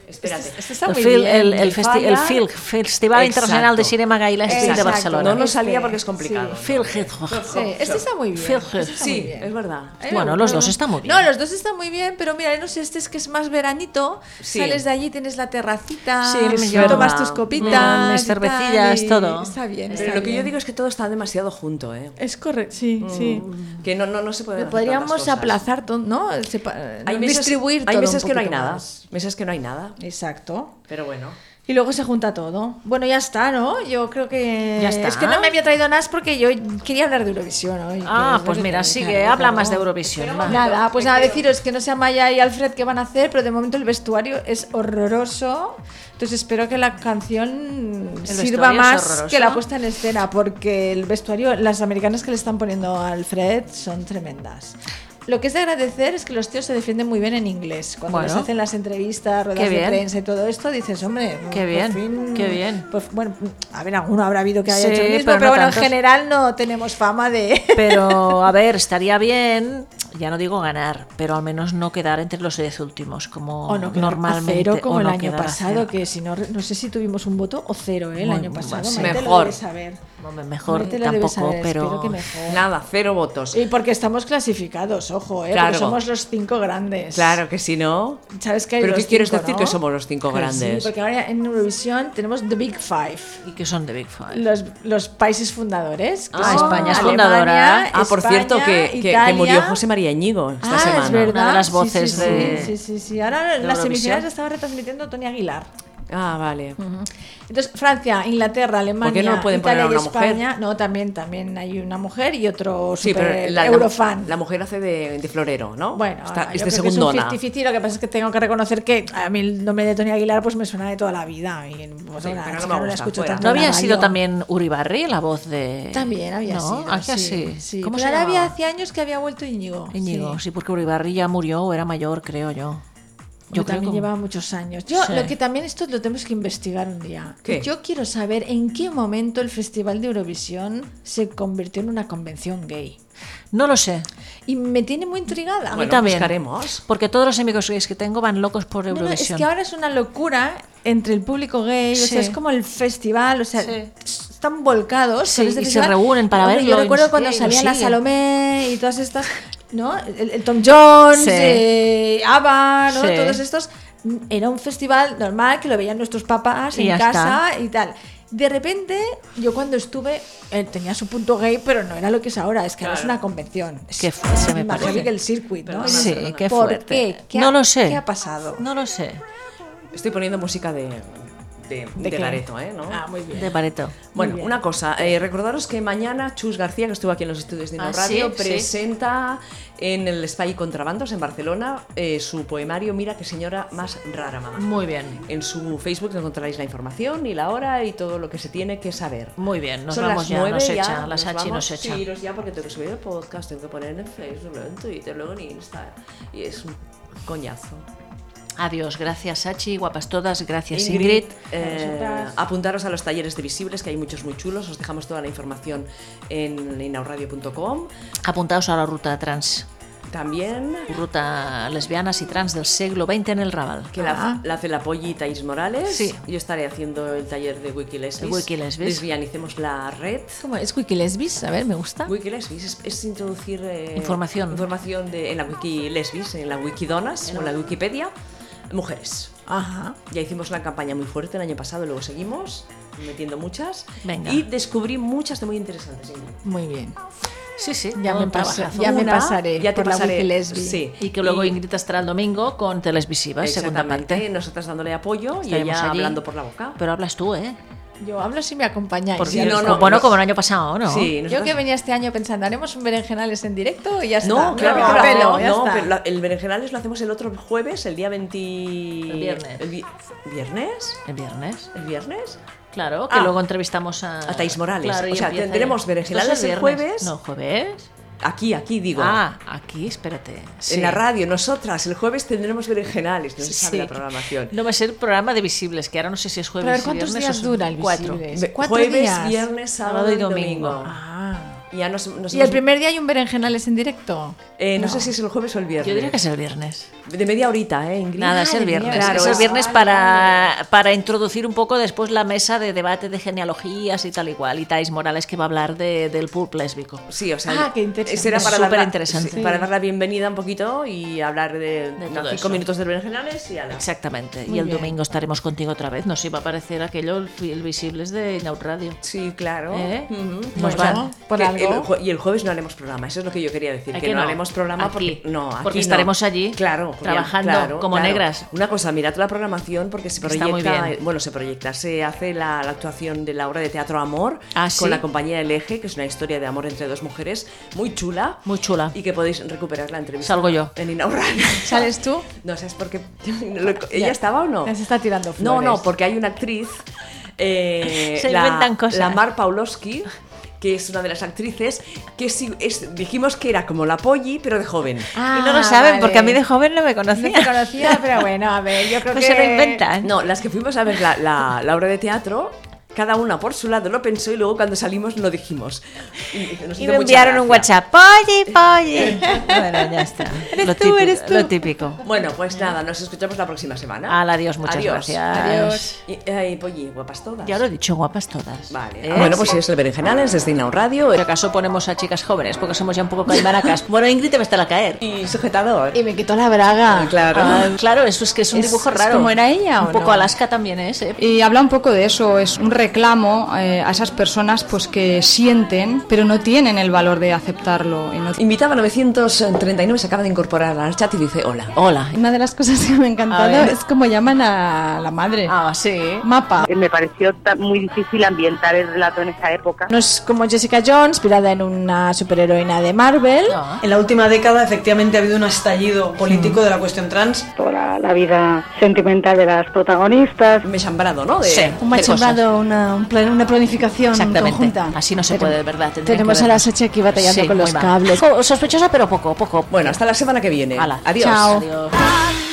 Espérate. Este, este está El, muy fil- bien. el- el festi- el Falla. FILG, Festival Exacto. Internacional de Cinema Gaila de Exacto. Barcelona. no nos Este, salía porque es complicado. Phil Hedgehog. Sí, este está muy bien. Phil este está muy Sí, bien. Este es verdad. A mí me Bueno, gustó. los dos están muy bien. No, los dos están muy bien, pero mira, no sé, este es que es más veranito. Sí. Sales de allí, tienes la terracita, Sí, es tomas verdad. tus Mm, copitas, mis y tal, cervecillas, y todo. Está bien. Pero está lo que yo bien. digo es que todo está demasiado junto, ¿eh? es correcto, sí, sí. Que no, no, no se puede. hacer tantas Podríamos cosas. aplazar, todo, ¿no? Sepa- Hay meses, distribuir hay todo un meses que no hay poquito nada. más. Oh. Meses que no hay nada. Exacto. Pero bueno. Y luego se junta todo. Bueno, ya está, ¿no? Yo creo que. Ya está. Es que no me había traído nada porque yo quería hablar de Eurovisión hoy. Ah, que es pues lo que mira, tenía, sigue, claro, habla claro. más de Eurovisión. va. Nada, pues nada, deciros que no sé Maya y Alfred qué van a hacer, pero de momento el vestuario es horroroso. Entonces espero que la canción sirva vestuario es más horroroso. que la puesta en escena, porque el vestuario, las americanas que le están poniendo a Alfred son tremendas. Lo que es de agradecer es que los tíos se defienden muy bien en inglés. Cuando Bueno. les hacen las entrevistas, Qué ruedas de bien. prensa y todo esto, dices, hombre, Qué por bien, fin, qué bien. por- bueno, a ver, alguno habrá habido que haya Sí, hecho el mismo, pero pero, no bueno, tantos. en general no tenemos fama de... Pero, a ver, estaría bien, ya no digo ganar, pero al menos no quedar entre los diez últimos, como O no quedar normalmente. a cero como o el no año quedar a pasado, cero. que si no, re- no sé si tuvimos un voto o cero ¿eh? el Muy año pasado. más, Maite, lo mejor. debes saber. Hombre, Mejor Hombre, te lo debes tampoco, saber, espero pero. que mejor. Nada, cero votos. Y porque estamos clasificados, ojo, ¿eh? Claro. Porque somos los cinco grandes. Claro que si no. ¿Sabes que hay ¿Pero los qué quieres cinco, decir no? que somos los cinco Que grandes? Sí, porque ahora en Eurovisión tenemos The Big Five. Y que son de Big Five. Los, los países fundadores. que Ah, son España es Alemania, fundadora, ¿eh? Ah, por España, cierto, que, que- que Italia. murió José María Íñigo esta ah, semana. Es verdad. Una de las Sí, voces sí, de- Sí, sí, sí. sí. Ahora las Eurovisión. semifinales las estaba retransmitiendo Tony Aguilar. Ah, vale. Entonces, Francia, Inglaterra, Alemania, qué no pueden Italia poner a y una mujer? España. No, también, también hay una mujer y otro Sí, super pero la, la- eurofan. la mujer hace de, de florero, ¿no? Bueno, Está- este yo es de creo que es segundona. un 50-50, lo que pasa es que tengo que reconocer que a mí el nombre de Tony Aguilar pues me suena de toda la vida. Y, pues, Sí, una pero no me chica la gusta, escucho fuera. tanto ¿No en la había sido radio. también Uribarri la voz de.? También había ¿No? sido. Ah, ¿A que sí? sí. ¿Cómo se pero ahora había llamaba? hace años que había vuelto Íñigo. Íñigo, sí. Sí. porque Uribarri ya murió o era mayor, creo yo. Yo creo también que- llevaba muchos años. Yo Sí. lo que también esto lo tenemos que investigar un día. ¿Qué? Yo quiero saber en qué momento el Festival de Eurovisión se convirtió en una convención gay. No lo sé. Y me tiene muy intrigada. Bueno, también. buscaremos. Porque todos los amigos gays que tengo van locos por No, no, es Eurovisión. que ahora es una locura entre el público gay, o Sí. sea, es como el festival, o sea, Sí. están volcados. Sí, con este y se festival. reúnen para Hombre, verlo, Yo y no recuerdo sé cuando qué, y lo salía la siguen. Salomé y todas estas, ¿no? El, el Tom Jones, Sí. eh, ABBA, ¿no? Sí. Todos estos. mm, Era un festival normal que lo veían nuestros papás Y ya en está. casa y tal. De repente, yo cuando estuve, eh, tenía su punto gay, pero no era lo que es ahora, es que ahora es una convención. Es Qué fuerte, me más parece. heavy que el circuit, ¿no? Sí, qué ¿Por fuerte. qué? ¿Qué ha- no lo sé. ¿Qué ha pasado? No lo sé. Estoy poniendo música de, de, de qué? Gareto, ¿eh? ¿No? Ah, muy bien. De Pareto. Bueno, una cosa, eh, recordaros que mañana Chus García, que estuvo aquí en los estudios de Inau Ah, Radio, sí, sí. presenta en el Spy Contrabandos en Barcelona eh, su poemario Mira qué señora más rara mamá. Muy bien. En su Facebook encontraréis la información y la hora y todo lo que se tiene que saber. Muy bien, nos Son vamos las ya, nueve, nos ya, echa, la Sachi vamos. nos echa. Sí, nos ya porque tengo que subir el podcast, tengo que poner en Facebook, luego en Twitter, luego en Insta. Y es un coñazo. Adiós, gracias Sachi, guapas todas, gracias Ingrid, Ingrid. eh, apuntaros a los talleres de visibles, que hay muchos muy chulos. Os dejamos toda la información en inauradio.com. Apuntaos a la ruta trans, También ruta lesbianas y trans del siglo XX en el Raval. que la, la hace la Polly y Thais Morales. Ah. Sí. Yo estaré haciendo el taller de Wikilesbis. El Wikilesbis. Lesbianicemos la red. ¿Cómo es Wikilesbis? A ver, me gusta. Wikilesbis es, es introducir eh, Información. información de, en la Wikilesbis, en la Wikidonas o en la Wikipedia, mujeres. Ajá. Ya hicimos una campaña muy fuerte el año pasado, luego seguimos metiendo muchas. Venga. Y descubrí muchas de muy interesantes. Ingrid. Muy bien. Sí, sí, Ya todo me un pasé- trabajazo. ya me Una, pasaré Ya te por la pasaré. Wikilesbi. Sí. Y que luego Ingrid estará el domingo con Telesvisivas, segunda Exactamente, parte. nosotras dándole apoyo y Pues, Estaremos ella allí. hablando por la boca. Pero hablas tú, ¿eh? Yo hablo si me acompañáis. Por Ya si lo no, sé. no. bueno, como el año pasado, ¿no? Sí, Yo nosotras- que venía este año pensando, haremos un berenjenales en directo y ya está. No, claro, pero que pelo, no, ya no, está. pero la- el berenjenales lo hacemos el otro jueves, el día 20... El viernes. vi- ¿Viernes? El viernes. ¿El viernes? Claro, que Ah. luego entrevistamos a, A Thais Morales. Claro, y O sea, empieza- tendremos berenjenales Esto es el viernes. jueves. No, jueves. Aquí, aquí digo. Ah, aquí, espérate. Sí. En la radio, nosotras, el jueves tendremos berenjenales, no se sabe Sí. la programación. No va a ser programa de visibles, que ahora no sé si es Pero jueves. a ver, y ¿cuántos viernes o días es- dura el Cuatro. Visibles? Ve- Cuatro jueves, días. viernes, sábado, Sábado y y domingo. domingo. Ah. Y, ya nos- nos ¿Y el hemos- primer día hay un berenjenales en directo? eh, no. sé si es el jueves o el viernes. Yo diría que es el viernes. De media horita, ¿eh, Ingrid? Nada, es el Madre mía, viernes. claro, es el es- viernes para, para introducir un poco después la mesa de debate de genealogías y tal y cual. Y Thais Morales que va a hablar de- del pool lésbico. Sí, o sea, Ah, qué interesante. será para Súper dar la- interesante. sí, para dar la bienvenida un poquito y hablar de, unos todo cinco eso. minutos de berenjenales y a la... Exactamente. Muy y el bien. domingo estaremos contigo otra vez. Nos iba a parecer aquello el, el visibles de Inaud Radio. Sí, claro. ¿Eh? Ujú. Nos O sea, van. Por que algo. el jue- y el jueves no haremos programa, eso es lo que yo quería decir, Ay, que, que no, no. haremos programa Aquí. porque no, aquí Porque no. estaremos allí, claro, Julián, trabajando claro, como claro. negras. Una cosa, mirad la programación porque se Está proyecta, muy bien. bueno, se proyecta, se hace la, la actuación de la obra de teatro Amor Ah, con ¿sí? la compañía El Eje, que es una historia de amor entre dos mujeres muy chula Muy chula. y que podéis recuperar la entrevista. Salgo yo. En Inaurral. ¿Sales tú? No sabes por qué. ¿Ella estaba o no? Ya se está tirando No, flores. no, porque hay una actriz. eh, Se la, inventan cosas. la Mar Paulowski, que es una de las actrices, que sí, es- dijimos que era como la Polly, pero de joven. Ah, y no lo saben vale. porque a mí de joven no me No conocían. te conocía, pero bueno, a ver, yo creo Pues que... se lo inventan. No, las que fuimos a ver la, la- la obra de teatro cada una por su lado lo pensó y luego cuando salimos lo dijimos. Y, nos Y hizo me mucha enviaron un gracia. WhatsApp. Oye, oye. Bueno, ya está. Eres lo tú, típico, eres tú. Lo típico. Bueno, pues nada, nos escuchamos la próxima semana. Al adiós, muchas Adiós. gracias. Adiós. Y, ay, polli, guapas todas. Ya lo he dicho, guapas todas. Vale. ¿Eh? Ah, Bueno, pues es el Berenjenales, desde Inau Radio. eh, Si acaso ponemos a chicas jóvenes, porque somos ya un poco calmaracas. Bueno, Ingrid te va a estar a caer. Y sujetador. Y me quitó la braga. Claro. Ah, claro, eso es que es un Es- dibujo es raro. como era ella, Un ¿o poco no? Alaska también es, ¿eh? Y habla un poco de eso, es un reclamo eh, a esas personas pues que sienten, pero no tienen el valor de aceptarlo. y no- Invitaba 939, se acaba de incorporar al chat y dice hola. Hola. Una de las cosas que me ha encantado ver. es como llaman a la madre. Ah, sí. Mapa. Me pareció ta- muy difícil ambientar el relato en esa época. No es como Jessica Jones, inspirada en una superheroína de Marvel. No. En la última década, efectivamente, ha habido un estallido político de la cuestión trans. Toda la vida sentimental de las protagonistas. Me he chambrado, ¿no? De- Sí. Un Qué cosas. machembrado, una, un plan- una planificación Exactamente. conjunta. Así no se Pero- puede, de verdad. tendrían que Tenemos a verlo. la Sachi aquí batallando Sí, con los muy mal. cables. Jo- Sospechosa, pero poco, poco. Bueno, hasta la semana que viene. Hala. Adiós. Chao. Adiós. Rock